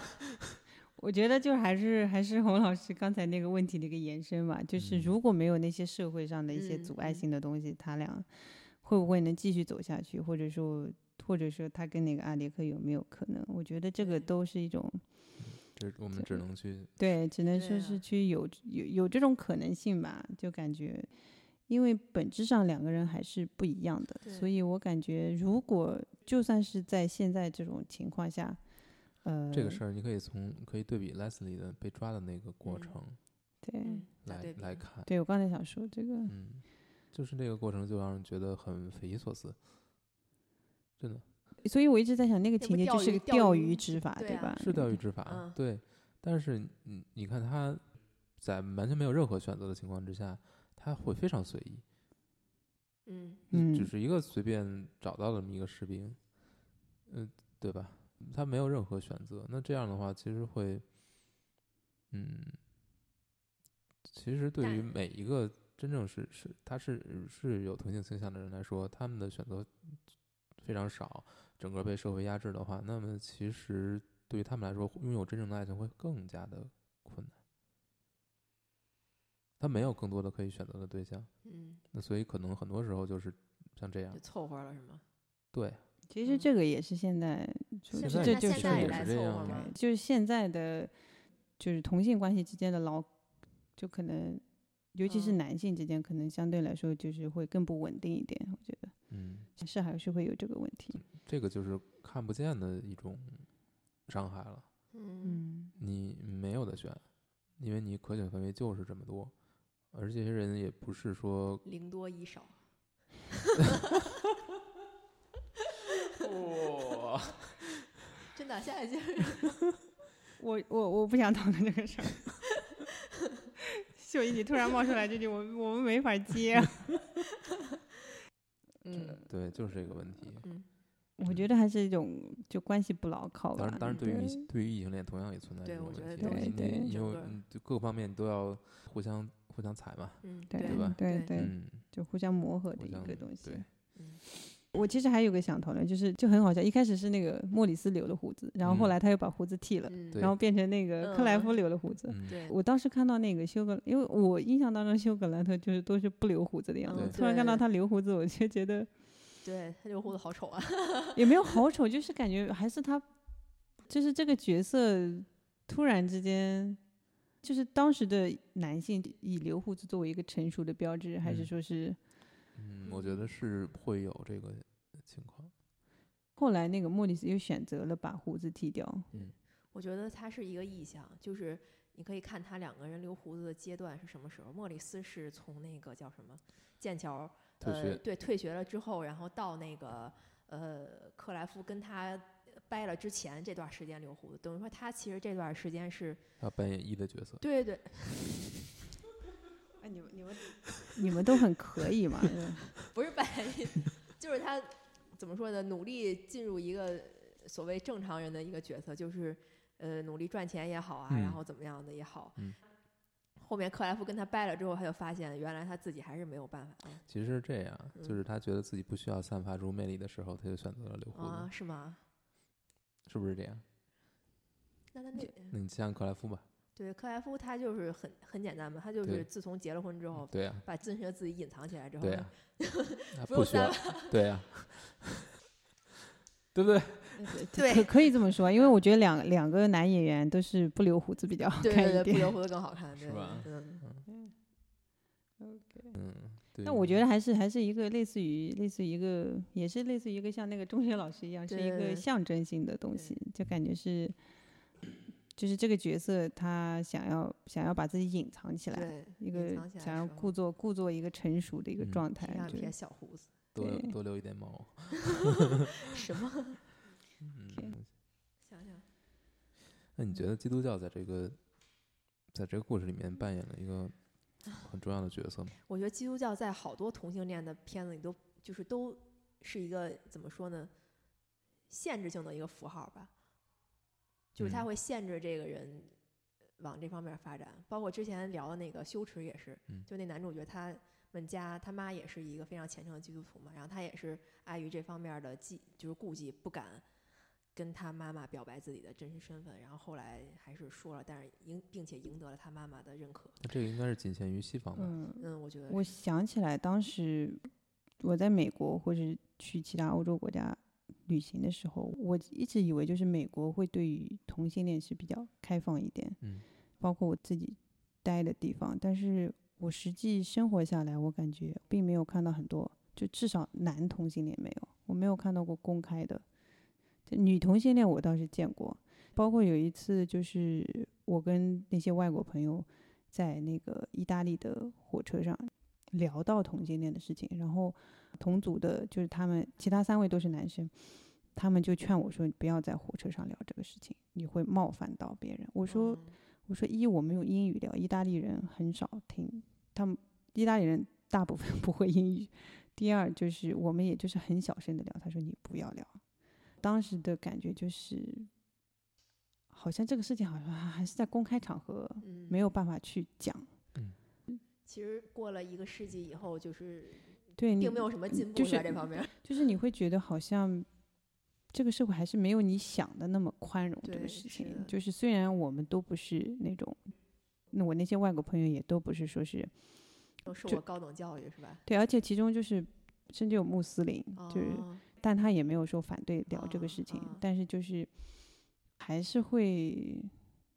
Speaker 3: 我觉得就还是还是洪老师刚才那个问题的一个延伸嘛，就是
Speaker 1: 嗯
Speaker 3: 如果没有那些社会上的一些
Speaker 2: 嗯
Speaker 3: 阻碍
Speaker 2: 嗯
Speaker 3: 性的东西，他俩会不会能继续走下去，或者说或者说他跟那个阿列克有没有可能？我觉得这个
Speaker 2: 对
Speaker 3: 都是一种
Speaker 1: 这我们只能去
Speaker 3: 对，只能
Speaker 2: 对
Speaker 3: 说
Speaker 2: 啊
Speaker 3: 是去有有有这种可能性吧，就感觉，因为本质上两个人还是不一样的，所
Speaker 2: 对
Speaker 3: 以我感觉如果就算是在现在这种情况下，呃，
Speaker 1: 这个事儿，你可以从可以对比 Leslie 的被抓的那个过
Speaker 2: 嗯
Speaker 1: 程
Speaker 3: 对、
Speaker 2: 嗯，打
Speaker 1: 来、
Speaker 2: 对比
Speaker 1: 来看，
Speaker 3: 对，我刚才想说这个，
Speaker 1: 嗯，就是那个过程就让人觉得很匪夷所思，真的
Speaker 3: 所以我一直在想那个
Speaker 2: 那
Speaker 3: 情
Speaker 2: 不
Speaker 3: 节就
Speaker 2: 钓
Speaker 3: 是
Speaker 2: 鱼
Speaker 3: 个
Speaker 2: 钓
Speaker 3: 钓
Speaker 2: 鱼
Speaker 3: 鱼执法，
Speaker 2: 对啊
Speaker 3: 吧？
Speaker 1: 是钓鱼执法，
Speaker 2: 嗯
Speaker 1: 对。但是你你看他在完全没有任何选择的情况之下，他会非常随意，
Speaker 2: 嗯，
Speaker 3: 嗯
Speaker 1: 只是一个随便找到了这么一个士兵，嗯、对吧？他没有任何选择，那这样的话其实会，嗯，其实对于
Speaker 2: 但
Speaker 1: 每一个真正是是他是是有同性倾向的人来说，他们的选择非常少，整个被社会压制的话，那么其实对于他们来说，拥有真正的爱情会更加的困难。他没有更多的可以选择的对象，
Speaker 2: 嗯，
Speaker 1: 那所以可能很多时候就是像这样
Speaker 2: 就，凑合了是吗？
Speaker 1: 对，
Speaker 3: 其实这个也是现在，就
Speaker 2: 嗯现
Speaker 3: 是
Speaker 1: 在
Speaker 3: 这
Speaker 1: 那
Speaker 3: 就
Speaker 1: 现
Speaker 3: 是
Speaker 1: 在
Speaker 2: 也
Speaker 1: 也
Speaker 2: 来
Speaker 1: 是
Speaker 2: 凑
Speaker 1: 这
Speaker 2: 合
Speaker 1: 样
Speaker 2: 吗
Speaker 1: 的？
Speaker 3: 就是现在的，就是同性关系之间的牢，就可能，尤其是
Speaker 2: 嗯
Speaker 3: 男性之间，可能相对来说就是会更不稳定一点。我觉得
Speaker 1: 嗯，
Speaker 3: 是还是会有这个问题。
Speaker 1: 这个就是看不见的一种伤害了。
Speaker 2: 嗯，
Speaker 3: 嗯，
Speaker 1: 你没有的选，因为你可选范围就是这么多，而这些人也不是说，
Speaker 2: 零多一少，
Speaker 1: 哇，
Speaker 2: 真的，啊现在就是
Speaker 3: 我我我不想讨论这个事儿。秀姨，你突然冒出来这句，我我们没法接啊、
Speaker 2: 嗯
Speaker 1: 对，就是这个问题。
Speaker 2: 嗯，
Speaker 3: <laughs> 我觉得还是一种就关系不牢靠吧。
Speaker 1: 当然，当然，对于
Speaker 3: 对
Speaker 1: 异对于异性恋同样也存在
Speaker 2: 对
Speaker 1: 这种
Speaker 2: 我觉
Speaker 1: 问
Speaker 2: 得
Speaker 1: 题
Speaker 3: 都，是
Speaker 1: 你
Speaker 3: 对
Speaker 1: 你
Speaker 2: 整
Speaker 1: 有
Speaker 2: 个
Speaker 1: 你嗯就各个方面你都要互相互相踩嘛，
Speaker 2: <laughs> 嗯，
Speaker 3: 对
Speaker 1: 吧
Speaker 3: 对
Speaker 2: 对
Speaker 1: 嗯，
Speaker 3: 就互相磨合
Speaker 1: 互
Speaker 3: 的一
Speaker 1: 相
Speaker 3: 个东西
Speaker 1: 对。
Speaker 2: 嗯
Speaker 3: 我其实还有个想讨论，就是就很好笑，一开始是那个莫里斯留的胡子，然后后
Speaker 1: 嗯
Speaker 3: 来他又把胡子剃了，
Speaker 2: 嗯，
Speaker 1: 对
Speaker 3: 然后变成那个克莱夫留的胡子。
Speaker 1: 嗯，
Speaker 2: 对，
Speaker 3: 我当时看到那个休格，因为我印象当中休格兰特就是都是不留胡子的样子，
Speaker 1: 嗯
Speaker 3: 突然看到
Speaker 2: 对
Speaker 3: 他留胡子，我就觉得
Speaker 2: 对，他这个胡子好丑啊， <laughs>
Speaker 3: 也没有好丑，就是感觉还是他，就是这个角色突然之间，就是当时的男性以留胡子作为一个成熟的标志，还是
Speaker 1: 嗯
Speaker 3: 说是
Speaker 1: 嗯，我觉得是会有这个情况，
Speaker 3: 后来那个莫里斯又选择了把胡子剃掉？
Speaker 2: 我觉得它是一个意象，就是你可以看他两个人留胡子的阶段是什么时候。莫里斯是从那个叫什么剑桥
Speaker 1: 退
Speaker 2: 呃
Speaker 1: 学
Speaker 2: 对退学了之后，然后到那个呃克莱夫跟他掰了之前这段时间留胡子，等于说他其实这段时间是
Speaker 1: 要扮演一的角色，
Speaker 2: 对对
Speaker 3: 哎，你们你们你们都很可以
Speaker 2: <laughs>
Speaker 3: 嘛？
Speaker 2: 不是扮演， <laughs> 就是他怎么说呢？努力进入一个所谓正常人的一个角色，就是呃，努力赚钱也好啊，
Speaker 1: 嗯
Speaker 2: 然后怎么样的也好。
Speaker 1: 嗯
Speaker 2: 后面克莱夫跟他掰了之后，他就发现原来他自己还是没有办法啊
Speaker 1: 其实是这样，
Speaker 3: 嗯
Speaker 1: 就是他觉得自己不需要散发出魅力的时候，他就选择了留胡子，
Speaker 3: 哦
Speaker 2: 啊，是吗？
Speaker 1: 是不是这样？
Speaker 2: 那他那
Speaker 3: 嗯
Speaker 1: 那你像克莱夫吧，
Speaker 2: 对克莱夫他就是很很简单嘛，他就
Speaker 1: 对嗯
Speaker 2: 是自从结了婚之
Speaker 3: 哦
Speaker 2: 后，
Speaker 1: 对呀、
Speaker 2: 把真实的自己隐藏起来之后，
Speaker 1: 对呀、啊他
Speaker 2: 不用
Speaker 1: 需要
Speaker 2: 散，
Speaker 1: 对呀、 <laughs> 对不对？
Speaker 2: 对
Speaker 3: 可可以这么说，因为我觉得两两个男演员都是不留胡子比较好
Speaker 2: 对
Speaker 3: 看
Speaker 2: 对对，
Speaker 3: 一
Speaker 2: 不
Speaker 3: 点。
Speaker 2: <laughs> 留胡子更好看，对
Speaker 1: 是吧
Speaker 2: 嗯，
Speaker 1: 嗯，对。
Speaker 3: 但我觉得还是还是一个类似于类似于一个，也是类似于一个像那个中学老师一样，是
Speaker 2: 对
Speaker 3: 一个
Speaker 2: 对
Speaker 3: 象征性的东西，就感觉是，就是这个角色他想要想要把自己隐藏起来，
Speaker 2: 对，
Speaker 3: 一个
Speaker 2: 隐藏起来
Speaker 3: 想
Speaker 2: 的
Speaker 3: 要
Speaker 2: 时候
Speaker 3: 故作故作一个成熟的一个
Speaker 1: 嗯
Speaker 3: 状态
Speaker 2: 披，上
Speaker 3: 就
Speaker 2: 撇小胡子，
Speaker 1: 多留
Speaker 3: 对
Speaker 1: 多留一点毛。
Speaker 2: 什么？
Speaker 3: OK
Speaker 1: 嗯，
Speaker 2: 想想，
Speaker 1: 那你觉得基督教在这个在这个故事里面扮演了一个
Speaker 3: 嗯
Speaker 1: 很重要的角色嘛。
Speaker 2: 我觉得基督教在好多同性恋的片子里都就是都是一个怎么说呢，限制性的一个符号吧，就是它
Speaker 1: 嗯
Speaker 2: 会限制这个人往这方面发展。包括之前聊的那个羞耻也是
Speaker 1: 嗯，
Speaker 2: 就那男主角他们家他妈也是一个非常虔诚的基督徒嘛，然后他也是碍于这方面的忌，就是顾忌，不敢。跟他妈妈表白自己的真实身份，然后后来还是说了，但是赢，并且赢得了他妈妈的认可。
Speaker 1: 那这个应该是仅限于西方吧？
Speaker 3: 嗯，
Speaker 2: 嗯，我觉得
Speaker 3: 我想起来，当时我在美国或者去其他欧洲国家旅行的时候，我一直以为就是美国会对于同性恋是比较开放一点，
Speaker 1: 嗯，
Speaker 3: 包括我自己待的地方，但是我实际生活下来，我感觉并没有看到很多，就至少男同性恋没有，我没有看到过公开的。这女同性恋我倒是见过，包括有一次就是我跟那些外国朋友在那个意大利的火车上聊到同性恋的事情，然后同组的就是他们其他三位都是男生，他们就劝我说你不要在火车上聊这个事情，你会冒犯到别人。我说、
Speaker 2: 嗯
Speaker 3: 我说一我们用英语聊，意大利人很少听，他们意大利人大部分 <laughs> 不会英语。第二就是我们也就是很小声的聊，他说你不要聊。当时的感觉就是，好像这个事情好像还是在公开场合
Speaker 2: 嗯
Speaker 3: 没有办法去讲。
Speaker 2: 其实过了一个世纪以后，就是
Speaker 3: 对，你
Speaker 2: 并没有什么进步
Speaker 3: 嗯就
Speaker 2: 在
Speaker 3: 是
Speaker 2: 这方面。
Speaker 3: 就是你会觉得好像这个社会还是没有你想的那么宽容这
Speaker 2: 对
Speaker 3: 个
Speaker 2: 是
Speaker 3: 事情
Speaker 2: 的。
Speaker 3: 就是虽然我们都不是那种，那我那些外国朋友也都不是说是
Speaker 2: 都受
Speaker 3: 就
Speaker 2: 过高等教育是吧？
Speaker 3: 对，而且其中就是甚至有穆斯林，就是
Speaker 2: 哦
Speaker 3: 但他也没有说反对聊这个事情，
Speaker 2: 啊啊
Speaker 3: 但是就是还是会。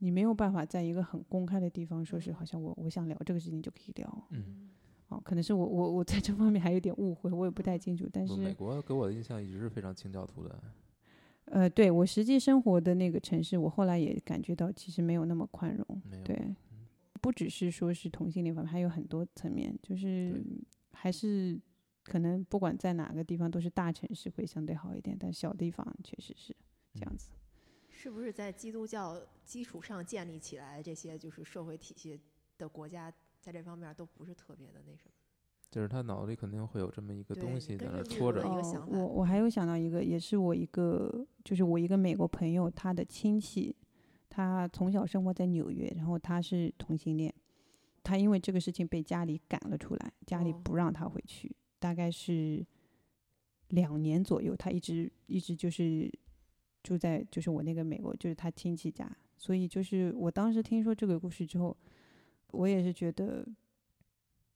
Speaker 3: 你没有办法在一个很公开的地方说是
Speaker 2: 嗯
Speaker 3: 好像我我想聊这个事情就可以聊
Speaker 1: 嗯，
Speaker 3: 哦，可能是我我我在这方面还有点误会，我也不太清楚。但
Speaker 1: 不
Speaker 3: 是
Speaker 1: 美国给我的印象一直是非常清教徒的，
Speaker 3: 呃，对我实际生活的那个城市，我后来也感觉到其实没有那么宽容。
Speaker 1: 没有嗯
Speaker 3: 对，不只是说是同性恋方面，还有很多层面，就是
Speaker 1: 对
Speaker 3: 还是可能不管在哪个地方，都是大城市会相对好一点，但小地方确实是这样
Speaker 1: 嗯
Speaker 3: 子。
Speaker 2: 是不是在基督教基础上建立起来这些就是社会体系的国家，在这方面都不是特别的那什么？
Speaker 1: 就是他脑子里肯定会有这么一个
Speaker 2: 对
Speaker 1: 东
Speaker 2: 你
Speaker 1: 西在
Speaker 2: 跟
Speaker 1: 那儿
Speaker 2: 着你
Speaker 1: 拖
Speaker 2: 我
Speaker 1: 着
Speaker 2: 有一，个
Speaker 3: 哦
Speaker 2: 想，
Speaker 3: 我
Speaker 2: 法
Speaker 3: 我还有想到一个，也是我一个，就是我一个美国朋友，他的亲戚，他从小生活在纽约，然后他是同性恋，他因为这个事情被家里赶了出来，家里
Speaker 2: 哦
Speaker 3: 不让他回去，大概是两年左右，他一直一直就是住在就是我那个美国就是他亲戚家，所以就是我当时听说这个故事之后，我也是觉得，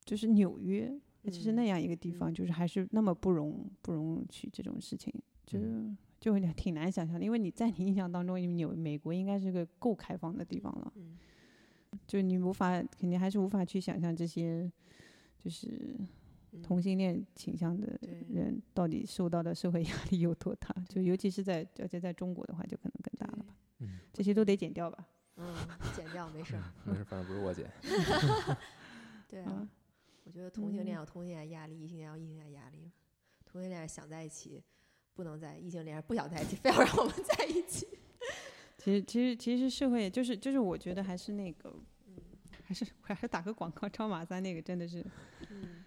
Speaker 3: 就是纽约。就是
Speaker 2: 嗯
Speaker 3: 那样一个地方，
Speaker 2: 嗯
Speaker 3: 就是还是那么不容不容许这种事情，就
Speaker 2: 嗯
Speaker 3: <laughs> 就有点挺难想象的。因为你在你印象当中，你有美国应该是个够开放的地方了，
Speaker 2: 嗯，
Speaker 3: 就你无法肯定还是无法去想象这些就是
Speaker 2: 嗯
Speaker 3: 同性恋倾向的
Speaker 2: 对
Speaker 3: 人到底受到的社会压力有多大。就尤其是在而且在中国的话，就可能更大了
Speaker 2: 对
Speaker 3: 吧。
Speaker 1: 嗯，
Speaker 3: 这些都得剪掉吧。
Speaker 2: 嗯，剪掉没事儿。
Speaker 1: 没事，反正不是我姐，
Speaker 2: 对啊
Speaker 3: 啊，，
Speaker 2: 我觉得同性恋
Speaker 3: 嗯
Speaker 2: 有同性恋压力，异性恋有异性恋压力，同性恋想在一起。不能在异性恋不想在一起，非要让我们在一起。
Speaker 3: 其实其实其实社会就是就是
Speaker 2: 嗯
Speaker 3: 我 <laughs> 觉得还是那个。还是我还是打个广告，超马三那个真的是
Speaker 2: 嗯，